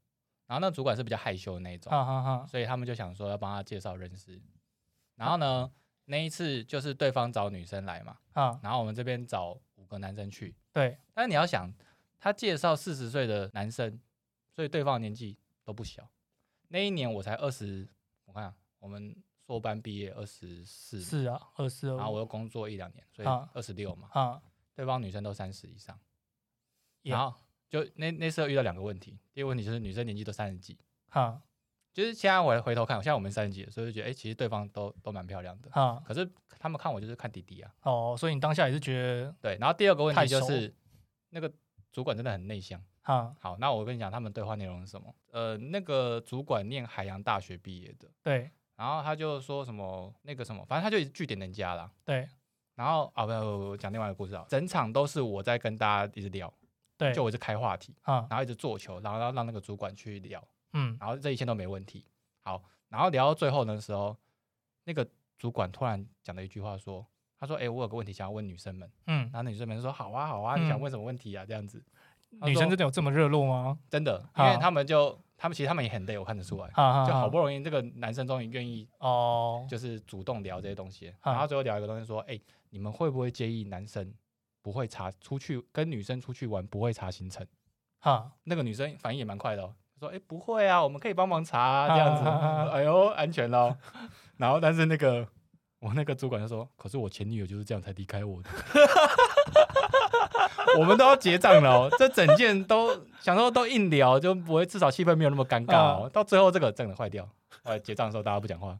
然后那个主管是比较害羞的那一种，哈哈哈，所以他们就想说要帮他介绍认识。然后呢，那一次就是对方找女生来嘛，啊，然后我们这边找五个男生去，对，但是你要想，他介绍四十岁的男生，所以对方的年纪都不小。那一年我才二十，我看啊我们硕班毕业二十四，是啊，二四然二后我五又工作一两年，所以啊二十六嘛。啊，对方女生都三十以上， Yeah 然后就那那时候遇到两个问题，第一个问题就是女生年纪都三十几，哈就是现在我回头看，现在我们三十几了，所以就觉得哎、诶其实对方都都蛮漂亮的，哈可是他们看我就是看弟弟啊，哦，所以你当下也是觉得对。然后第二个问太题熟就是那个主管真的很内向。哈，好，那我跟你讲他们对话内容是什么？呃，那个主管念海洋大学毕业的，对然后他就说什么那个什么，反正他就一直据点人家啦。对然后啊，不不不，我讲另外一个故事啊，整场都是我在跟大家一直聊，对，就我一直开话题。啊然后一直做球，然后让让那个主管去聊，嗯然后这一切都没问题。好，然后聊到最后的时候，那个主管突然讲了一句话说。他说：“哎、我有个问题想要问女生们。”嗯然，后那女生们就说：“好啊，好啊，你想嗯问什么问题啊？”这样子，他女生说真的有这么热络吗？真的，因为好他们就他们其实他们也很累，我看得出来，哈哈，就好哈不容易这个男生终于愿意哦，就是主动聊这些东西，好然后最后聊一个东西说：“哎、你们会不会介意男生不会查出去跟女生出去玩不会查行程？”哈那个女生反应也蛮快的、哦，她说：“哎、不会啊，我们可以帮忙查、啊、这样子。啊啊啊啊哎呦，安全咯。 然后，但是那个我那个主管就说：“可是我前女友就是这样才离开我的。” 我们都要结账了、哦，这整件都想说都硬聊，就不会至少气氛没有那么尴尬哦。啊到最后这个真的坏掉，呃，结账的时候大家不讲话。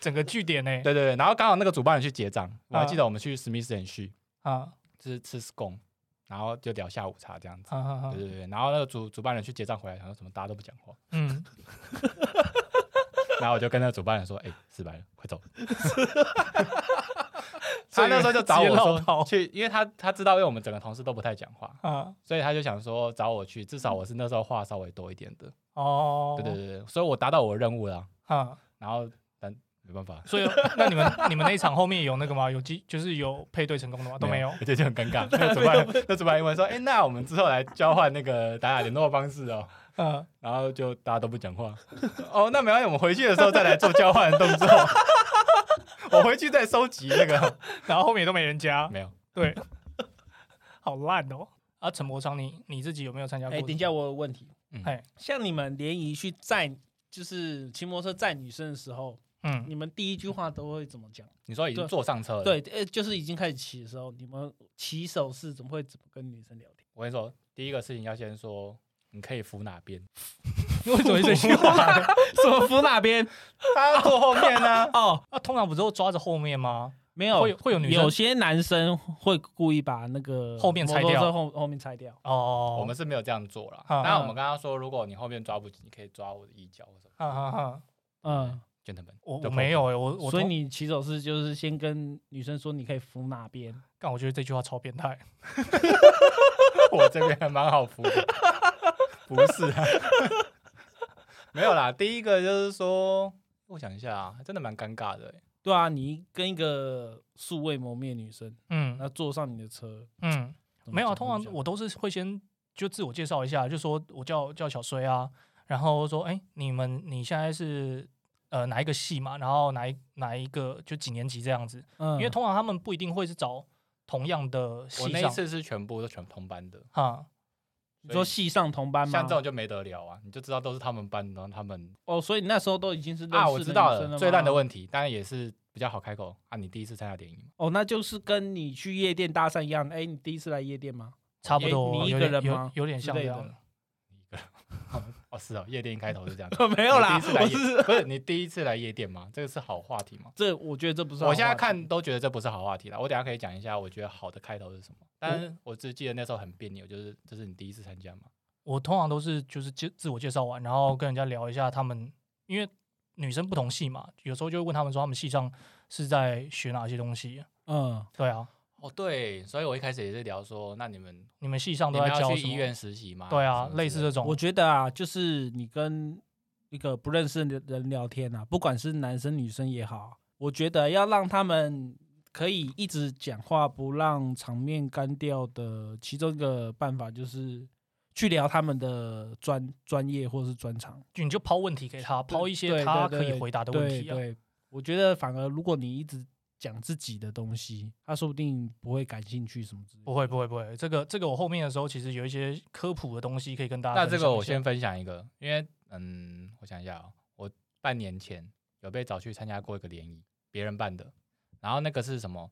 整个据点呢，对对对，然后刚好那个主办人去结账，我还记得我们去 Smith and 去啊就是吃 scone，然后就聊下午茶这样子。哈哈哈对，对对，然后那个主主办人去结账回来，想说怎么大家都不讲话，嗯，然后我就跟那个主办人说：“哎、失败了，快走。” 他那时候就找直接绕我跑说去，因为他他知道，因为我们整个同事都不太讲话，啊所以他就想说找我去，至少我是那时候话稍微多一点的。哦，对对对对，所以我达到我的任务了。啊，然后但没办法，所以那你们 你们那一场后面有那个吗？有机就是有配对成功的啊吗？都没有而 且就很尴尬。那个主办那主办英文说：“哎、那我们之后来交换那个打打联络方式哦。”嗯，然后就大家都不讲话。哦，那没关系，我们回去的时候再来做交换 的动作。我回去再收集那个，然后后面也都没人加，没有，对，好烂哦。啊，陈伯昌，你你自己有没有参加过？哎，等一下，我有问题。哎，像你们联谊去载，就是骑摩托车载女生的时候，嗯，你们第一句话都会怎么讲？你说已经对坐上车了，对，，呃，就是已经开始骑的时候，你们骑手是怎么会怎么跟女生聊 天？我跟你说，第一个事情要先说，你可以扶哪边？ 为什么这句话？什么扶哪边？他要坐后面呢、 哦，啊，通常不是都抓着后面吗？没有，会有会有女生有些男生会故意把那个后面拆掉摩托车后后面拆掉。哦，我们是没有这样做啦。好那我们刚刚说，如果你后面抓不紧，你可以抓我的衣角或什么。哈哈哈，嗯， gentlemen，我就我没有哎，我我所以通你骑手是就是先跟女生说你可以扶哪边，干，我觉得这句话超变态。 我这边还蛮好 扶的，不是 啊，没有啦。第一个就是说，我想一下啊，真的蛮尴尬的欸、对啊，你跟一个素未谋面的女生，嗯那坐上你的车，嗯，怎么没有啊，讲通会常比较我都是会先就自我介绍一下，就说我叫叫小衰啊，然后说哎、你们你现在是呃哪一个系嘛，然后哪一哪一个就几年级这样子，嗯因为通常他们不一定会是找同样的我系那一上次是全部都全同班的，哈，你说系上同班吗像这？种就没得聊啊，你就知道都是他们班，然后他们哦，所以你那时候都已经是认识啊，我知道的女生了，吗最烂的问题，当然也是比较好开口啊。你第一次参加联谊吗？哦，那就是跟你去夜店搭讪一样。哎，你第一次来夜店吗？差不哎多、你一有个点人有吗有点之像这类样的的，你一个人？哦，是哦，夜店一开头是这 样。没你第一次来夜不是你第一次来夜店吗？这个是好话题吗？这我觉得这不是好我话题。现在看都觉得这不是好话题了。我等一下可以讲一下，我觉得好的开头是什么。但是我只记得那时候很别扭，就是这是你第一次参加嘛，我通常都是就是介自我介绍完，然后跟人家聊一下他们，因为女生不同系嘛，有时候就会问他们说他们系上是在学哪些东西，嗯，对啊，哦，对，所以我一开始也是聊说，那你们你们系上你都们在要教去什医么院实习吗？对什啊，么类似之类这的种，我觉得啊，就是你跟一个不认识的人聊天啊，不管是男生女生也好，我觉得要让他们可以一直讲话，不让场面干掉的其中一个办法就是去聊他们的专专业或是专长。就你就抛问题给他，抛一些对他对可以对回答的问对题啊。对，我觉得反而如果你一直讲自己的东西，他说不定不会感兴趣什么之类的。不会不会不会，这个这个我后面的时候其实有一些科普的东西可以跟大家那分享这一下。个我先分享一个，因为嗯，我想一下、哦，我半年前有被找去参加过一个联谊，别人办的，然后那个是什么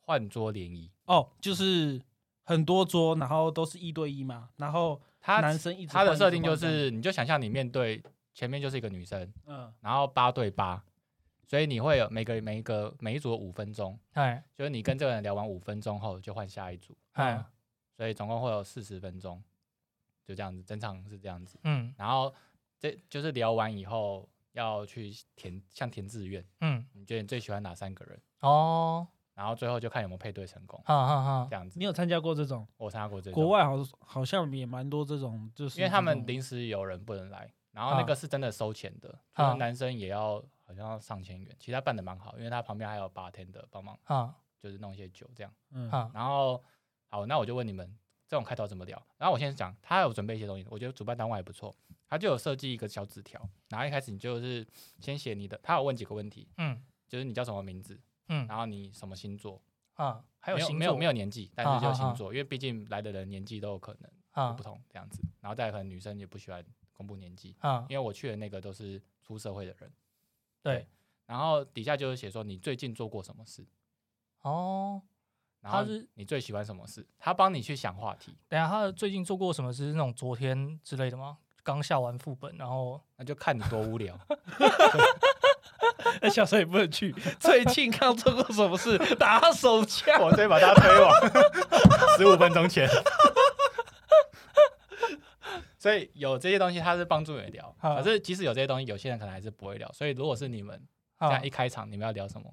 换桌联谊，哦，就是很多桌，然后都是一对一嘛，然后他男生一直他的换设定就，一直换是，你就想象你面对前面就是一个女生，这样然后八对八，所以你会有每个每一个每一组有五分钟，哎就是你跟这个人聊完五分钟后就换下一组，嗯哎所以总共会有四十分钟，就这样子，整场是这样子。嗯然后这就是聊完以后要去填，像填志愿，嗯你觉得你最喜欢哪三个人？哦然后最后就看有没有配对成功，哈哈哈这样子你。有参加过这种？我参加过这种国，外好好像也蛮多这种，就是因为他这们种临时有人不能来，然后那啊个是真的收钱的，啊就是男生也要好像要上千元，其实他办的蛮好，因为他旁边还有八天的帮忙，啊就是弄一些酒这样。嗯啊然后好，那我就问你们这种开头怎么聊？然后我先讲，他有准备一些东西，我觉得主办单位还不错，他就有设计一个小纸条，然后一开始你就是先写你的，他有问几个问题，嗯就是你叫什么名字，嗯然后你什么星座，啊，还没有星没有座没有年纪，但是就啊啊星啊座，因为毕竟来的人年纪都有可能有啊不同这样子，然后再来可能女生也不喜欢公布年纪，啊因为我去的那个都是出社会的人，对然后底下就是写说你最近做过什么事，哦，然他后是你最喜欢什么事，他帮你去想话题，等一下他最近做过什么是那种昨天之类的吗？刚下完副本，然后那就看你多无聊。那小哎时候也不能去。 最近刚做过什么事？打手枪。 我直接把他推 往十五分钟前。所以有这些东西，它是帮助你聊。好可是即使有这些东西，有些人可能还是不会聊。所以如果是你们这啊样一，开场，你们要聊什么？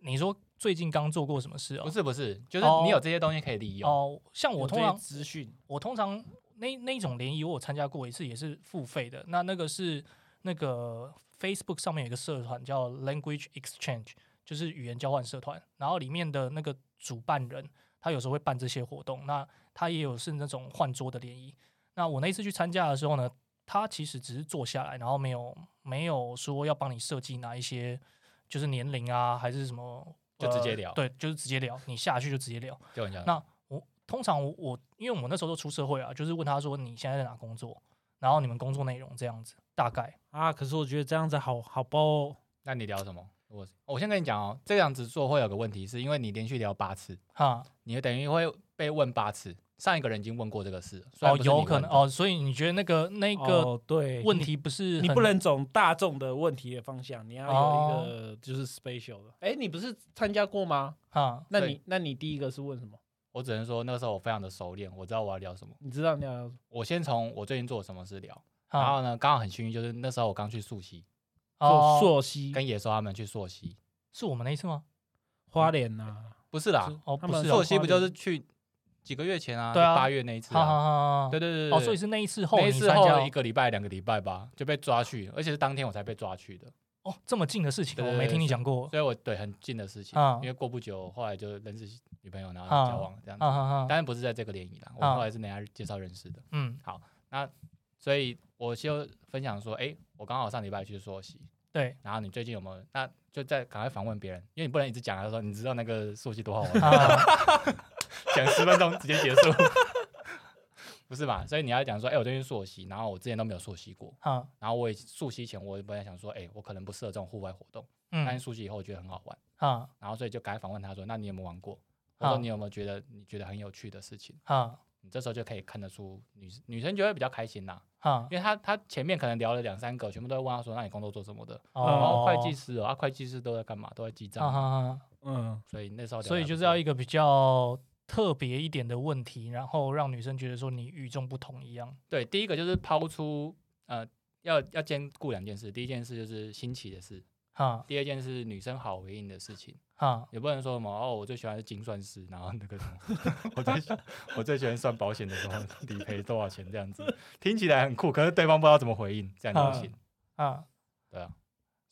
你说最近刚做过什么事不哦？是不是，就是哦你有这些东西可以利用。哦，像我有通这些常资讯，我通常那那一种联谊，我有参加过一次，也是付费的。那那个是那个 Facebook 上面有一个社团叫 Language Exchange，就是语言交换社团。然后里面的那个主办人，他有时候会办这些活动。那他也有是那种换桌的联谊。那我那一次去参加的时候呢，他其实只是坐下来，然后没有没有说要帮你设计哪一些，就是年龄啊，还是什么，就直接呃聊对，就是直接聊，你下去就直接聊。就很像那我通常我我因为我那时候都出社会啊，就是问他说你现在在哪工作，然后你们工作内容这样子，大概 啊，可是我觉得这样子好好包、哦，那你聊什么？我我先跟你讲哦，这样子做会有个问题，是因为你连续聊八次，哈，你会等于会被问八次。上一个人已经问过这个事了，虽然哦，不是你有可问能的，哦，所以你觉得那个那个哦、对问题不是你很不能走大众的问题的方向，你要哦有一个就是 special 的。哎、你不是参加过吗？哈，那对你那你第一个是问什么？我只能说那个时候我非常的熟练，我知道我要聊什么。你知道你要聊什么我先从我最近做了什么事聊，哈然后呢，刚好很幸运，就是那时候我刚去溯溪，哦做朔溪跟野兽他们去溯溪，是我们那一次吗？花莲啊呐、不是啦是，哦，他不们是做哦，朔溪不就是去几个月前啊？对啊八月那一次哈哈啊。哈哈，对对对对，哦，所以是那一次后那你一次参后加一个礼拜、两个礼拜吧，就被抓去，而且是当天我才被抓去的，哦这么近的事情，对我对没对听你是讲过，所以我对很近的事情哦啊，因为过不久后来就认识女朋友，然后啊交往这样子哈，哈当哈，然不是在这个联谊啦，我啊后来是人家介绍认识的，嗯，所以我就分享说，哎，我刚好上礼拜去溯溪， 对，然后你最近有没有？那就再赶快访问别人，因为你不能一直讲，他说你知道那个溯溪多好玩吗，啊， 讲十分钟直接结束，不是嘛？所以你要讲说，哎、我最近溯溪，然后我之前都没有溯溪过，哈，然后我也溯溪前我本来想说，哎、我可能不适合这种户外活动，但嗯是，溯溪以后我觉得很好玩，哈，然后所以就赶快访问他说，那你有没有玩过？或啊者说你有没有觉得你觉得很有趣的事情？哈，你这时候就可以看得出女女生就会比较开心啦、哈，因为她她前面可能聊了两三个，全部都会问她说，那你工作做什么的？哦哦，，会计，师哦，啊，会计师都在干嘛？都在记账哈啊。哈哈，嗯，所以那时候，所以就是要一个比较特别一点的问题，然后让女生觉得说你与众不同一样，对第一个就是抛出呃，要要兼顾两件事，第一件事就是新奇的事，哈，第二件事女生好回应的事情，哈，也不能说什么哦，我最喜欢是精算师，然后那个什么， 我最喜我最喜欢算保险的时候理赔多少钱这样子，听起来很酷，可是对方不知道怎么回应，这样就不行，啊，对啊。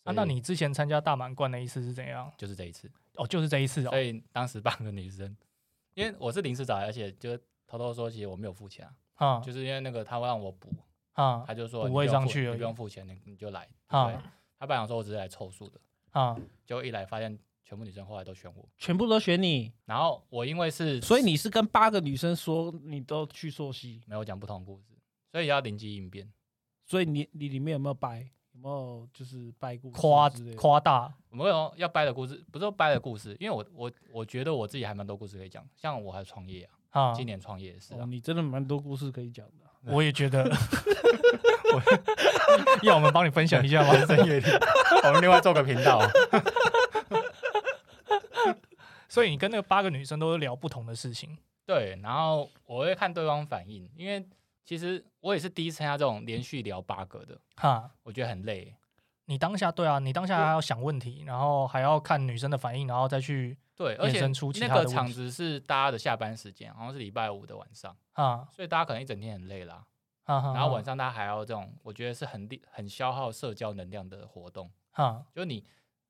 啊，所那以你之前参加大满贯那一次是怎样？就是这一次，哦，就是这一次哦所，以当时帮个女生，因为我是临时找来，而且就是偷偷说，其实我没有付钱啊，哈，就是因为那个他会让我补，哈，他就说补你位不用上付去而你已不用付钱，你你就来。啊对，他本来想说我只是来凑数的，哈，结果一来发现全部女生后来都选我，全部都选你，然后我因为是所以你是跟八个女生说你都去朔溪，没有讲不同的故事，所以要灵机应变。所以你你里面有没有掰？有没有就是掰故事夸之类的啊夸大，我们有要掰的故事，不是说掰的故事，因为我我我觉得我自己还蛮多故事可以讲，像我还创业啊，哈，今年创业也是哦，啊，你真的蛮多故事可以讲的。我也觉 得， 要我们帮你分享一下吗？ 人生阅历， 我们另外做个频道，啊所以你跟那八个女生都是聊不同的事情，对，然后我会看对方反应，因为其实我也是第一次参加这种连续聊八个的，哈。我觉得很累，你当下对啊，你当下还要想问题，然后还要看女生的反应，然后再去对，而衍且生出其那他个的问场题子是大家的下班时间，好像是礼拜五的晚上，啊所以大家可能一整天很累啦。哈哈。然后晚上大家还要这种，我觉得是很力很消耗社交能量的活动。哈就你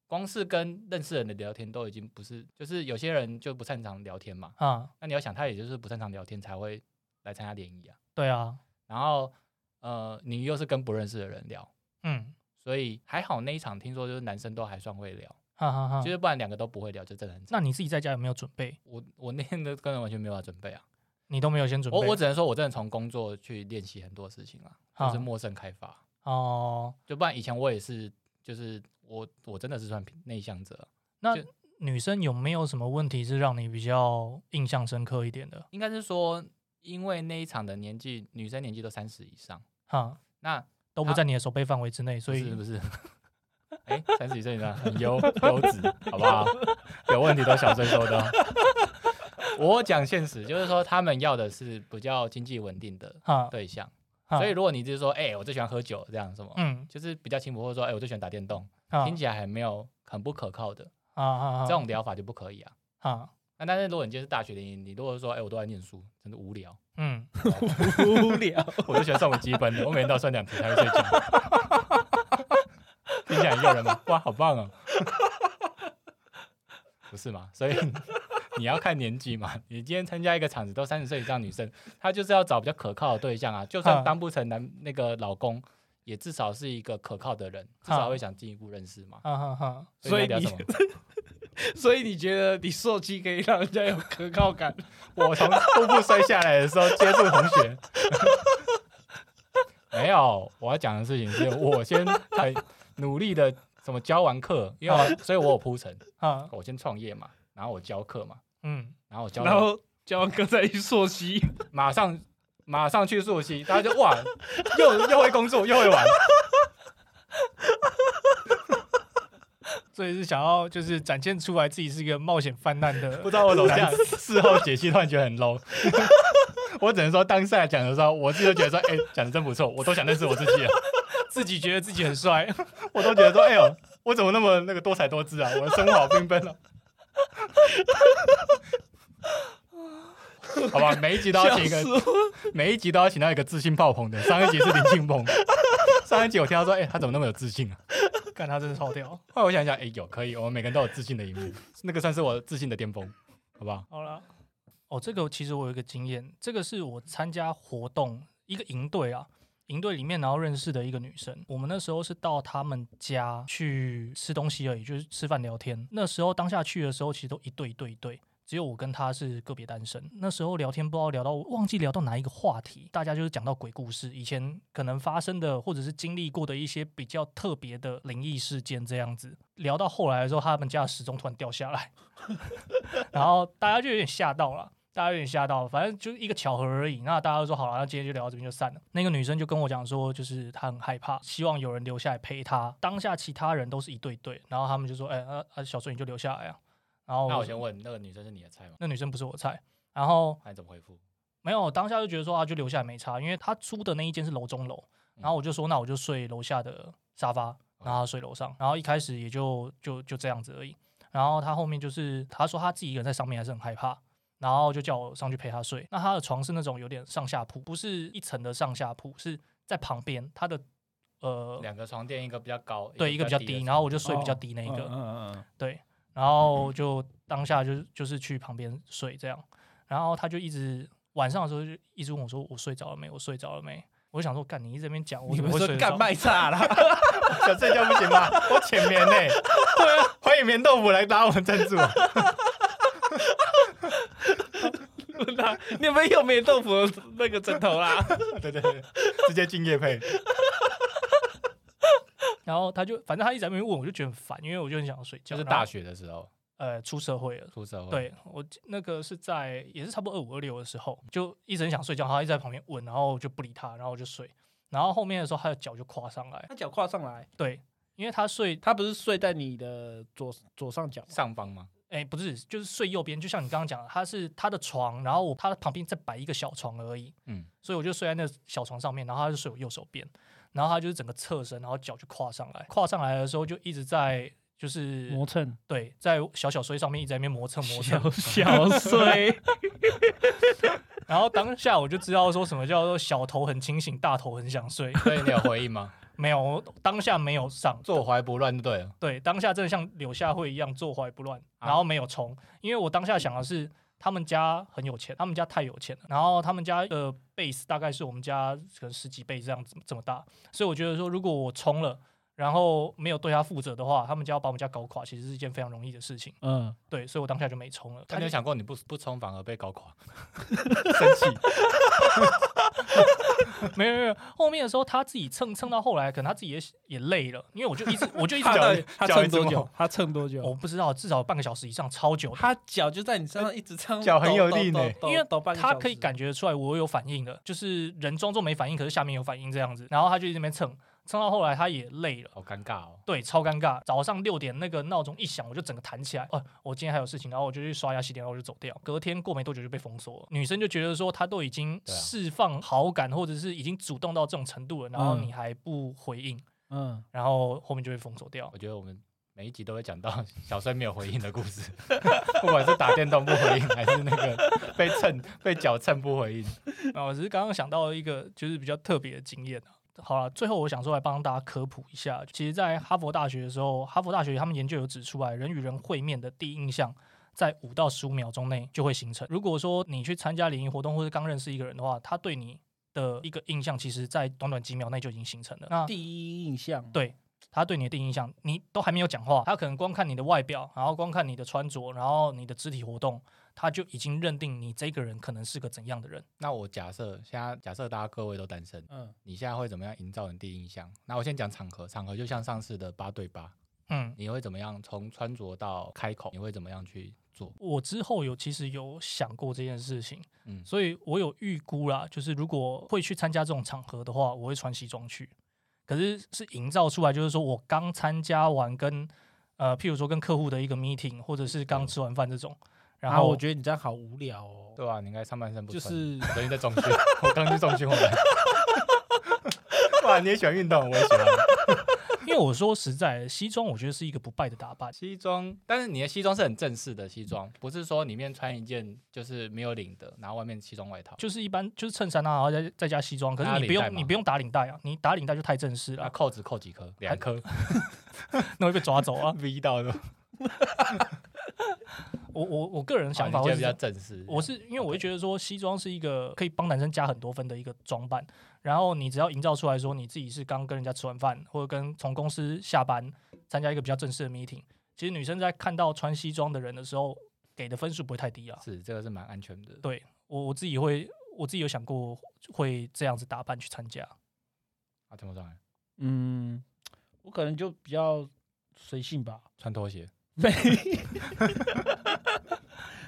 光是跟认识人的聊天都已经不是，就是有些人就不擅长聊天嘛。哈，那你要想，他也就是不擅长聊天才会来参加联谊啊。对啊，然后呃，你又是跟不认识的人聊，嗯，所以还好那一场听说就是男生都还算会聊，哈哈哈其。实不然两个都不会聊就真的很惨。那你自己在家有没有准备？我我那天的个人完全没有办法准备啊。你都没有先准备，我我只能说，我真的从工作去练习很多事情啦，就啊是陌生开发。哦，就不然以前我也是，就是我我真的是算内向者，那就女生有没有什么问题是让你比较印象深刻一点的？应该是说，因为那一场的年纪，女生年纪都三十以上，哈，那都不啊在你的手背范围之内，不所以是不是？哎，三十以上以上很优优质，好不好？有问题都小声说的哦。我讲现实，就是说他们要的是比较经济稳定的哈，对象，哈所以如果你就是说，哎，我最喜欢喝酒这样什么，嗯，就是比较轻浮，或者说，哎，我最喜欢打电动，啊哈听起来很没有很不可靠的，啊哈哈，这种聊法就不可以啊。啊，那但是如果你今天是大学联谊，你如果说哎、我都在念书，真的无 聊，嗯，无聊， 我就喜欢上我基本的，我每天都要算两题才 会睡觉，听啊起来很诱人吗？哇，好棒哦，不是吗？所以 你要看年纪嘛。你今天参加一个场子都三十岁以上女生，她就是要找比较可靠的对象啊。就算嗯当不成男那个老公，也至少是一个可靠的人，至少会想进一步认识嘛。哈哈哈，啊所以你要你聊什么？所以你觉得你受气可以让人家有可靠感？我从瀑布摔下来的时候接住同学。 没有，我要讲的事情是我先很努力的什么教完课，因为我所以我有铺陈，啊，我先创业嘛，然后我教课嘛，嗯，然后我教了，然后教完哥再去溯溪，马上马上去溯溪，大家就哇，又又会工作又会玩，所以是想要就是展现出来自己是一个冒险泛滥的 不知道我怎么讲，事后解析突然觉得很 low。我只能说，当下讲的时候，我自己就觉得说，哎、讲的真不错，我都想认识我自己了。自己觉得自己很帅， 我都觉得说，哎呦，我怎么那么那个多才多姿啊？我的生活好缤纷啊！ 好吧，每一集都要请一个，每一集都要请到一个自信爆棚的。上一集是林庆鹏，上一集我听到说，哎、他怎么那么有自信啊？看他真的超屌。后来我想一想，哎、有可以，我们每个人都有自信的一面，那个算是我自信的巅峰，好不好？好了，哦，这个其实我有一个经验，这个是我参加活动一个营队啊，营队里面然后认识的一个女生，我们那时候是到他们家去吃东西而已，就是吃饭聊天。那时候当下去的时候，其实都一对一对一对。只有我跟她是个别单身，那时候聊天不知道聊到忘记聊到哪一个话题，大家就是讲到鬼故事，以前可能发生的或者是经历过的一些比较特别的灵异事件这样子。聊到后来的时候，他们家的时钟突然掉下来， 然后大家就有点吓到了，大家有点吓到，反正就是一个巧合而已。那大家就说好了，那今天就聊到这边就散了。那个女生就跟我讲说，就是她很害怕，希望有人留下来陪她。当下其他人都是一对一对，然后他们就说，哎、啊啊，小顺你就留下来啊。然后那我说先问，那个女生是你的菜吗？那女生不是我菜，然后那你怎么回复？没有，当下就觉得说啊，就留下来没差，因为他租的那一间是楼中楼，然后我就说那我就睡楼下的沙发，然后他睡楼上，然后一开始也就就就这样子而已。然后他后面就是他说他自己一个人在上面还是很害怕，然后就叫我上去陪他睡。那他的床是那种有点上下铺，不是一层的上下铺，是在旁边，他的呃两个床垫，一个比较高，对一个比较低，然后我就睡比较哦低那一个，嗯嗯对，然后就当下就是就是去旁边睡这样，然后他就一直晚上的时候就一直问我说我睡着了没，我睡着了没，我就想说干你一直在那边讲，我你怎们么会说睡得干着？卖差啦？ 想睡觉不行吗？我浅 眠呢、啊欢迎棉豆腐来打我们赞助。啊你们有没有豆腐的那个枕头啦？ 对对对，直接进夜配。然后他就反正他一直在那边问，我就觉得很烦，因为我就很想要睡觉。 就是然后大学的时候呃出社会了。出哦社会，，对我记那个是在也是差不多二五二六的时候，就一直很想睡觉，他一直在旁边问，然后我就不理他，然后我就睡。然后后面的时候，他的脚就跨上来，他脚跨上来，对，因为他睡他不是睡在你的左左上角吗？上方吗？哎、不是，就是睡右边，就像你刚刚讲的，他是他的床，然后我他的旁边再摆一个小床而已，嗯，所以我就睡在那小床上面，然后他就睡我右手边，然后他就是整个侧身，然后脚就跨上来，跨上来的时候就一直在就是磨 蹭，对，在小小睡上面一直在那边磨蹭磨蹭，小睡，然后当下我就知道说什么叫做小头很清醒，大头很想睡，所以你有回应吗？ 没有，我当下没有上，坐怀不乱就对了。对，当下真的像柳下惠一样坐怀不乱，啊然后没有冲，因为我当下想的是他们家很有钱，他们家太有钱了，然后他们家的 base 大概是我们家可能十几倍这样子这么大，所以我觉得说如果我冲了。然后没有对他负责的话，他们家要把我们家搞垮，其实是一件非常容易的事情。嗯，对，所以我当下就没冲了。他但你有就想过你不不冲反而被 搞垮，生气？没有没有没有，后面的时候他自己蹭蹭到后来，可能他自己也也累了，因为我就一直我就一直 讲，他到底他脚脚一蹭直多久磨？他蹭多久？我不知道，至少半个小时以上，超久的。他脚就在你身上一直蹭，脚很有力呢因为他他可以感觉出来我有反应的，就是人装作没反应，可是下面有反应这样子，然后他就一直在那边蹭，蹭到后来他也累了。好尴尬哦。对，超尴尬。早上六点那个闹钟一响，我就整个弹起来。哦，我今天还有事情，然后我就去刷牙洗脸，然后我就走掉。隔天过没多久就被封锁了。女生就觉得说，她都已经对啊释放好感，或者是已经主动到这种程度了，然后嗯你还不回应，嗯，然后后面就被封锁掉。我觉得我们每一集都会讲到 小帅没有回应的故事， 不管是打电动不回应，还是那 个被蹭被脚蹭不回应。啊，我只是刚刚想到一个就是比较特别的经验啊。好了，最后我想说来帮大家科普一下，其实，在哈佛大学的时候，哈佛大学他们研究有指出来，人与人会面的第一印象在五到十五秒钟内就会形成。如果说你去参加联谊活动或者刚认识一个人的话，他对你的一个印象，其实在短短几秒内就已经形成了。那第一印象，对他对你的第一印象，你都还没有讲话，他可能光看你的外表，然后光看你的穿着，然后你的肢体活动，他就已经认定你这个人可能是个怎样的人。那我假设现在假设大家各位都单身，嗯，你现在会怎么样营造你第一印象？那我先讲场合，场合就像上次的八对八，嗯，你会怎么样？从穿着到开口，你会怎么样去做？我之后有其实有想过这件事情，嗯，所以我有预估啦，就是如果会去参加这种场合的话，我会穿西装去。可是是营造出来，就是说我刚参加完跟呃，譬如说跟客户的一个 meeting，或者是刚吃完饭这种，然啊然后后我觉得你这样好无聊哦，对啊，你应该上半身不就穿，是 我昨天在中训，我刚去中训回来。 哇，你也喜欢运动，我也喜欢。因为我说实在的，西装我觉得是一个不败的打扮。西装，但是你的西装是很正式的西装，不是说里面穿一件就是没有领的，然后外面西装外套，就是一般就是衬衫啊，然后再再加西装，可是打你领不带用吗你不用打领带啊，你打领带就太正式那了，啊啊扣子扣几颗？两颗。那会被抓走啊，V 到的。我我我个人的想法哦你会是觉得比这较样，正式。我是因为我会觉得说西装是一个可以帮男生加很多分的一个装扮，然后你只要营造出来说你自己是刚跟人家吃完饭，或者跟从公司下班参加一个比较正式的 meeting，其实女生在看到穿西装的人的时候，给的分数不会太低啊。是这个是蛮安全的。对我我自己会我自己有想过会这样子打扮去参加。啊，怎么穿？嗯，我可能就比较随性吧，穿拖鞋。 没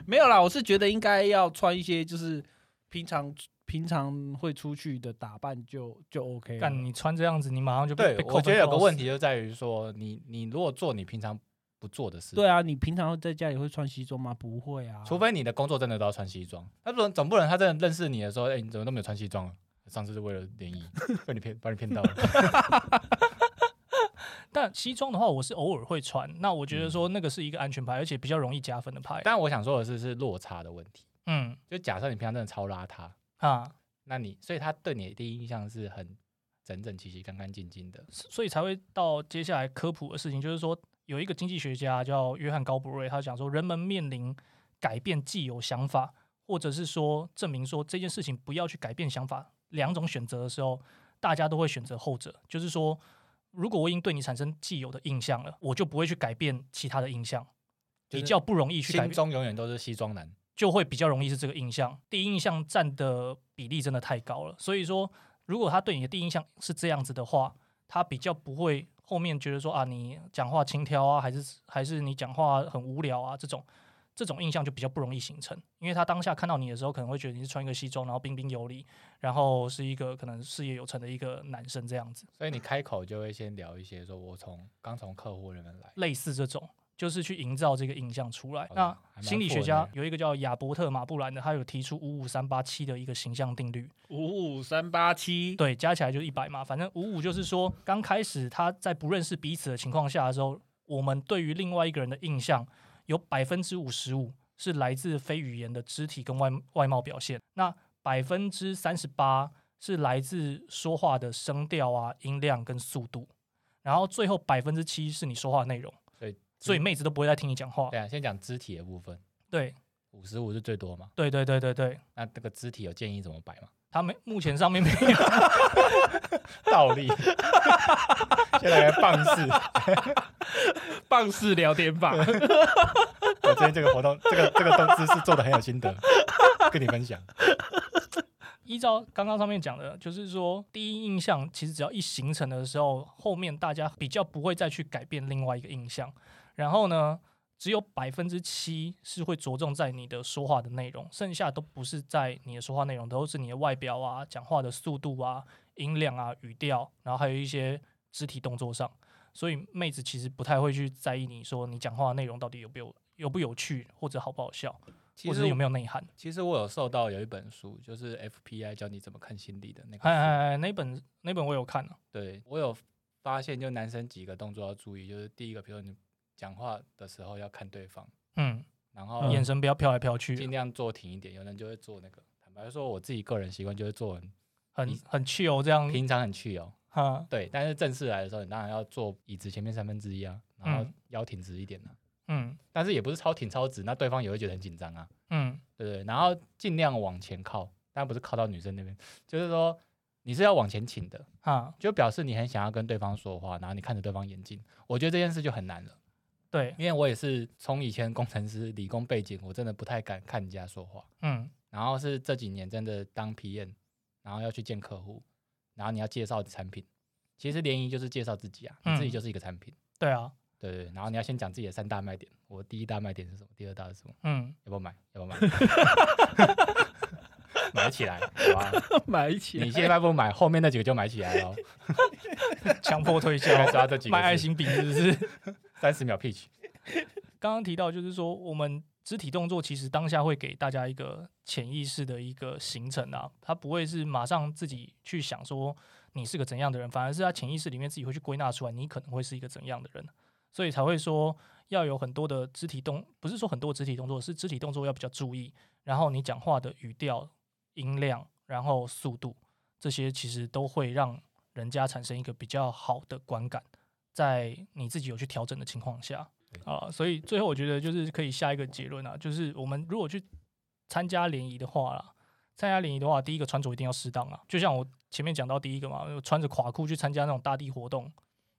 没有啦，我是觉得应该要穿一些就是平常平常会出去的打扮就就 OK 了。干你穿这样子，你马上就被嗯对被，我扣觉分得有个扣问死题就在于说，你你如果做你平常不做的事，对啊，你平常在家里会穿西装吗？不会啊，除非你的工作真的都要穿西装，他不能总不能他真的认识你的时候，哎、你怎么都没有穿西装啊？上次是为了联谊 被你骗，把你骗到 了。但西装的话，我是偶尔会穿。那我觉得说那个是一个安全牌，而且比较容易加分的牌。嗯但我想说的是，是落差的问题。嗯就假设你平常真的超邋遢，啊，那你所以他对你的第一印象是很整整齐齐、干干净净的。所以才会到接下来科普的事情，就是说有一个经济学家叫约翰高伯瑞，他讲说人们面临改变既有想法，或者是说证明说这件事情不要去改变想法两种选择的时候，大家都会选择后者，就是说。如果我已经对你产生既有的印象了，我就不会去改变其他的印象，就是比较不容易去改心变。中永远都是西装男，就会比较容易是这个印象。第一印象占的比例真的太高了，所以说如果他对你的第一印象是这样子的话，他比较不会后面觉得说啊你讲话轻佻啊，还是还是你讲话很无聊啊这种。这种印象就比较不容易形成，因为他当下看到你的时候，可能会觉得你是穿一个西装，然后彬彬有礼，然后是一个可能事业有成的一个男生这样子，所以你开口就会先聊一些说，我从刚从客户那边来。类似这种，就是去营造这个印象出来好。的那还蛮心理酷学的家有一个叫亚伯特马布兰的，他有提出五五三八七的一个形象定律，五五三八七，对，加起来就一百嘛。反正五五就是说，刚开始他在不认识彼此的情况下的时候，我们对于另外一个人的印象有百分之五十五是来自非语言的肢体跟外外貌表现，那百分之三十八是来自说话的声调啊、音量跟速度，然后最后百分之七是你说话的内容。所以所以妹子都不会再听你讲话。对啊，先讲肢体的部分，对五十五是最多嘛？对对对对对，那这个肢体有建议怎么摆吗？他没目前上面没有。 倒 立，先来个棒式。棒式聊天法。 我今天这个活动，这个这个动姿势做的很有心得，跟你分享。依照刚刚上面讲的，就是说第一印象其实只要一形成的时候，后面大家比较不会再去改变另外一个印象。然后呢，只有百分之七是会着重在你的说话的内容，剩下都不是在你的说话内容，都是你的外表啊、讲话的速度啊、音量啊、语调，然后还有一些肢体动作上。所以妹子其实不太会去在意你说你讲话的内容到底有没有有不有趣，或者好不好笑，其或者实是有没有内涵。其实我有受到有一本书，就是 FPI 教你怎么看心理的那哎个书。哎哎，那本那本我有看啊。对我有发现，就男生几个动作要注意，就是第一个，比如说你讲话的时候要看对方，嗯，然后眼神不要飘来飘去尽，量坐挺一点。有人就会做那个，坦白说，我自己个人习惯就是做很很很 chill 这样，平常很去哦，哈，对，但是正式来的时候，你当然要坐椅子前面三分之一啊，然后嗯腰挺直一点啊，嗯但是也不是超挺超直，那对方也会觉得很紧张啊，嗯对不对？然后尽量往前靠，但不是靠到女生那边，就是说你是要往前倾的，啊，就表示你很想要跟对方说话，然后你看着对方眼睛，我觉得这件事就很难了。对，因为我也是从以前工程师、理工背景，我真的不太敢看人家说话。嗯然后是这几年真的当 PM，然后要去见客户，然后你要介绍产品，其实联谊就是介绍自己啊，你自嗯己就是一个产品，对啊，对对对。然后你要先讲自己的三大卖点，我第一大卖点是什么，第二大是什么，嗯要不要买？要不要买？ 买起来，好 吧？ 买一起你现在不买，后面那几个就买起来 了。强迫推 销大，概抓这几个卖爱字，心笔是不是？三十秒 pitch。刚刚提到，就是说我们肢体动作其实当下会给大家一个潜意识的一个形成啊，他不会是马上自己去想说你是个怎样的人，反而是他潜意识里面自己会去归纳出来，你可能会是一个怎样的人，所以才会说要有很多的肢体动，不是说很多肢体动作，是肢体动作要比较注意，然后你讲话的语调、音量，然后速度，这些其实都会让人家产生一个比较好的观感。在你自己有去调整的情况下啊，所以最后我觉得就是可以下一个结论啊，就是我们如果去参加联谊的话啦，参加联谊的话，第一个穿着一定要适当啊，就像我前面讲到第一个嘛，我穿着垮裤去参加那种大地活动，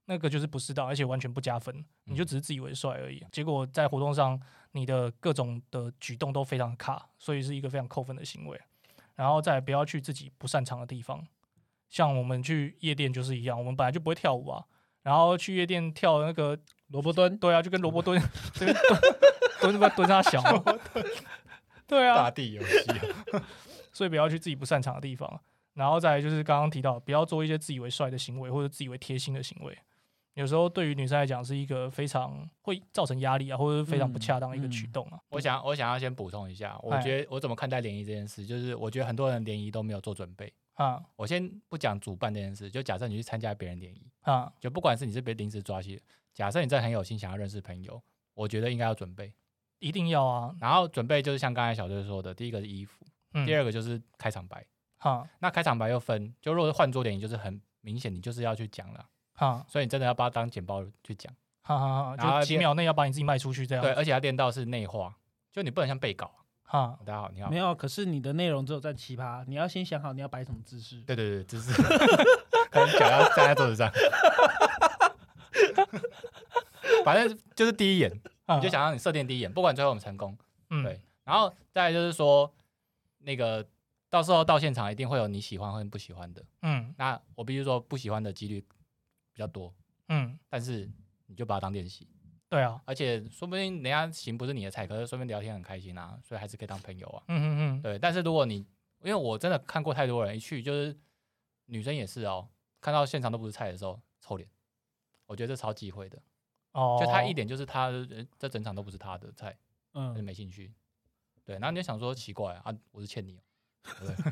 那个就是不适当，而且完全不加分，你嗯就只是自以为帅而已，啊结果在活动上你的各种的举动都非常卡，所以是一个非常扣分的行为。然后再来不要去自己不擅长的地方，像我们去夜店就是一样，我们本来就不会跳舞啊，然后去夜店跳那个萝卜蹲，对啊，就跟萝卜蹲 这边蹲 蹲他蹲他小，对啊，地游戏，所以不要去自己不擅长的地方。然后再来就是刚刚提到，不要做一些自以为帅的行为或者自以为贴心的行为。有时候对于女生来讲是一个非常会造成压力啊，或者是非常不恰当的一嗯个举动啊。 我想我想要先补充一下，我哎觉得我怎么看待联谊这件事，就是我觉得很多人联谊都没有做准备。啊我先不讲主办这件事，就假设你去参加别人联谊，啊，就不管是你是被临时抓起的，假设你真的很有心想要认识朋友，我觉得应该要准备。一定要啊。然后准备就是像刚才小队说的，第一个是衣服，嗯，第二个就是开场白。哈那开场白又分，就如果是换桌联谊，就是很明显你就是要去讲了，哈所以你真的要把它当简报去讲。哈哈哈，然后就几第二秒内要把你自己卖出去这样。对，而且要练到是内化，就你不能像被告。哈，大家好，你好没。有，可是你的内容只有在奇葩，你要先想好你要摆什么姿势。对对对，就是 可能脚要站在桌子上， 反正就是第一眼，你你就想让你设定第一眼，不管最后我们成功，嗯对然后再来就是说，那个到时候到现场一定会有你喜欢或不喜欢的。嗯那我必须说不喜欢的几率比较多，嗯，但是你就把它当练习，对啊，而且说不定人家行不是你的菜，可是说不定聊天很开心啊，所以还是可以当朋友啊。嗯嗯嗯，对，但是如果你因为我真的看过太多人一去就是女生也是哦，看到现场都不是菜的时候臭脸，我觉得这超忌讳的。哦，就他一点就是他呃这整场都不是他的菜，他就嗯，没兴趣。对，然后你就想说奇怪啊，我是欠你哦，对不对？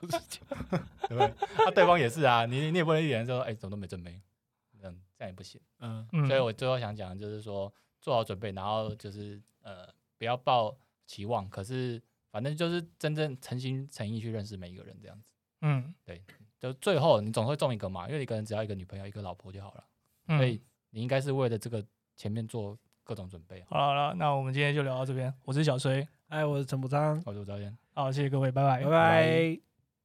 对不对？啊，对方也是啊，你你也不能一脸说哎、怎么都没准备，嗯，这样也不行。嗯，嗯，所以我最后想讲的就是说，做好准备，然后就是呃，不要抱期望，可是反正就是真正诚心诚意去认识每一个人，这样子。嗯就最后你总会中一个嘛，因为一个人只要一个女朋友、一个老婆就好了，嗯，所以你应该是为了这个前面做各种准备啊。好了好了，那我们今天就聊到这边，我是小崔，哎，我是陈伯章，我就道歉。哎好，谢谢各位，拜拜拜。拜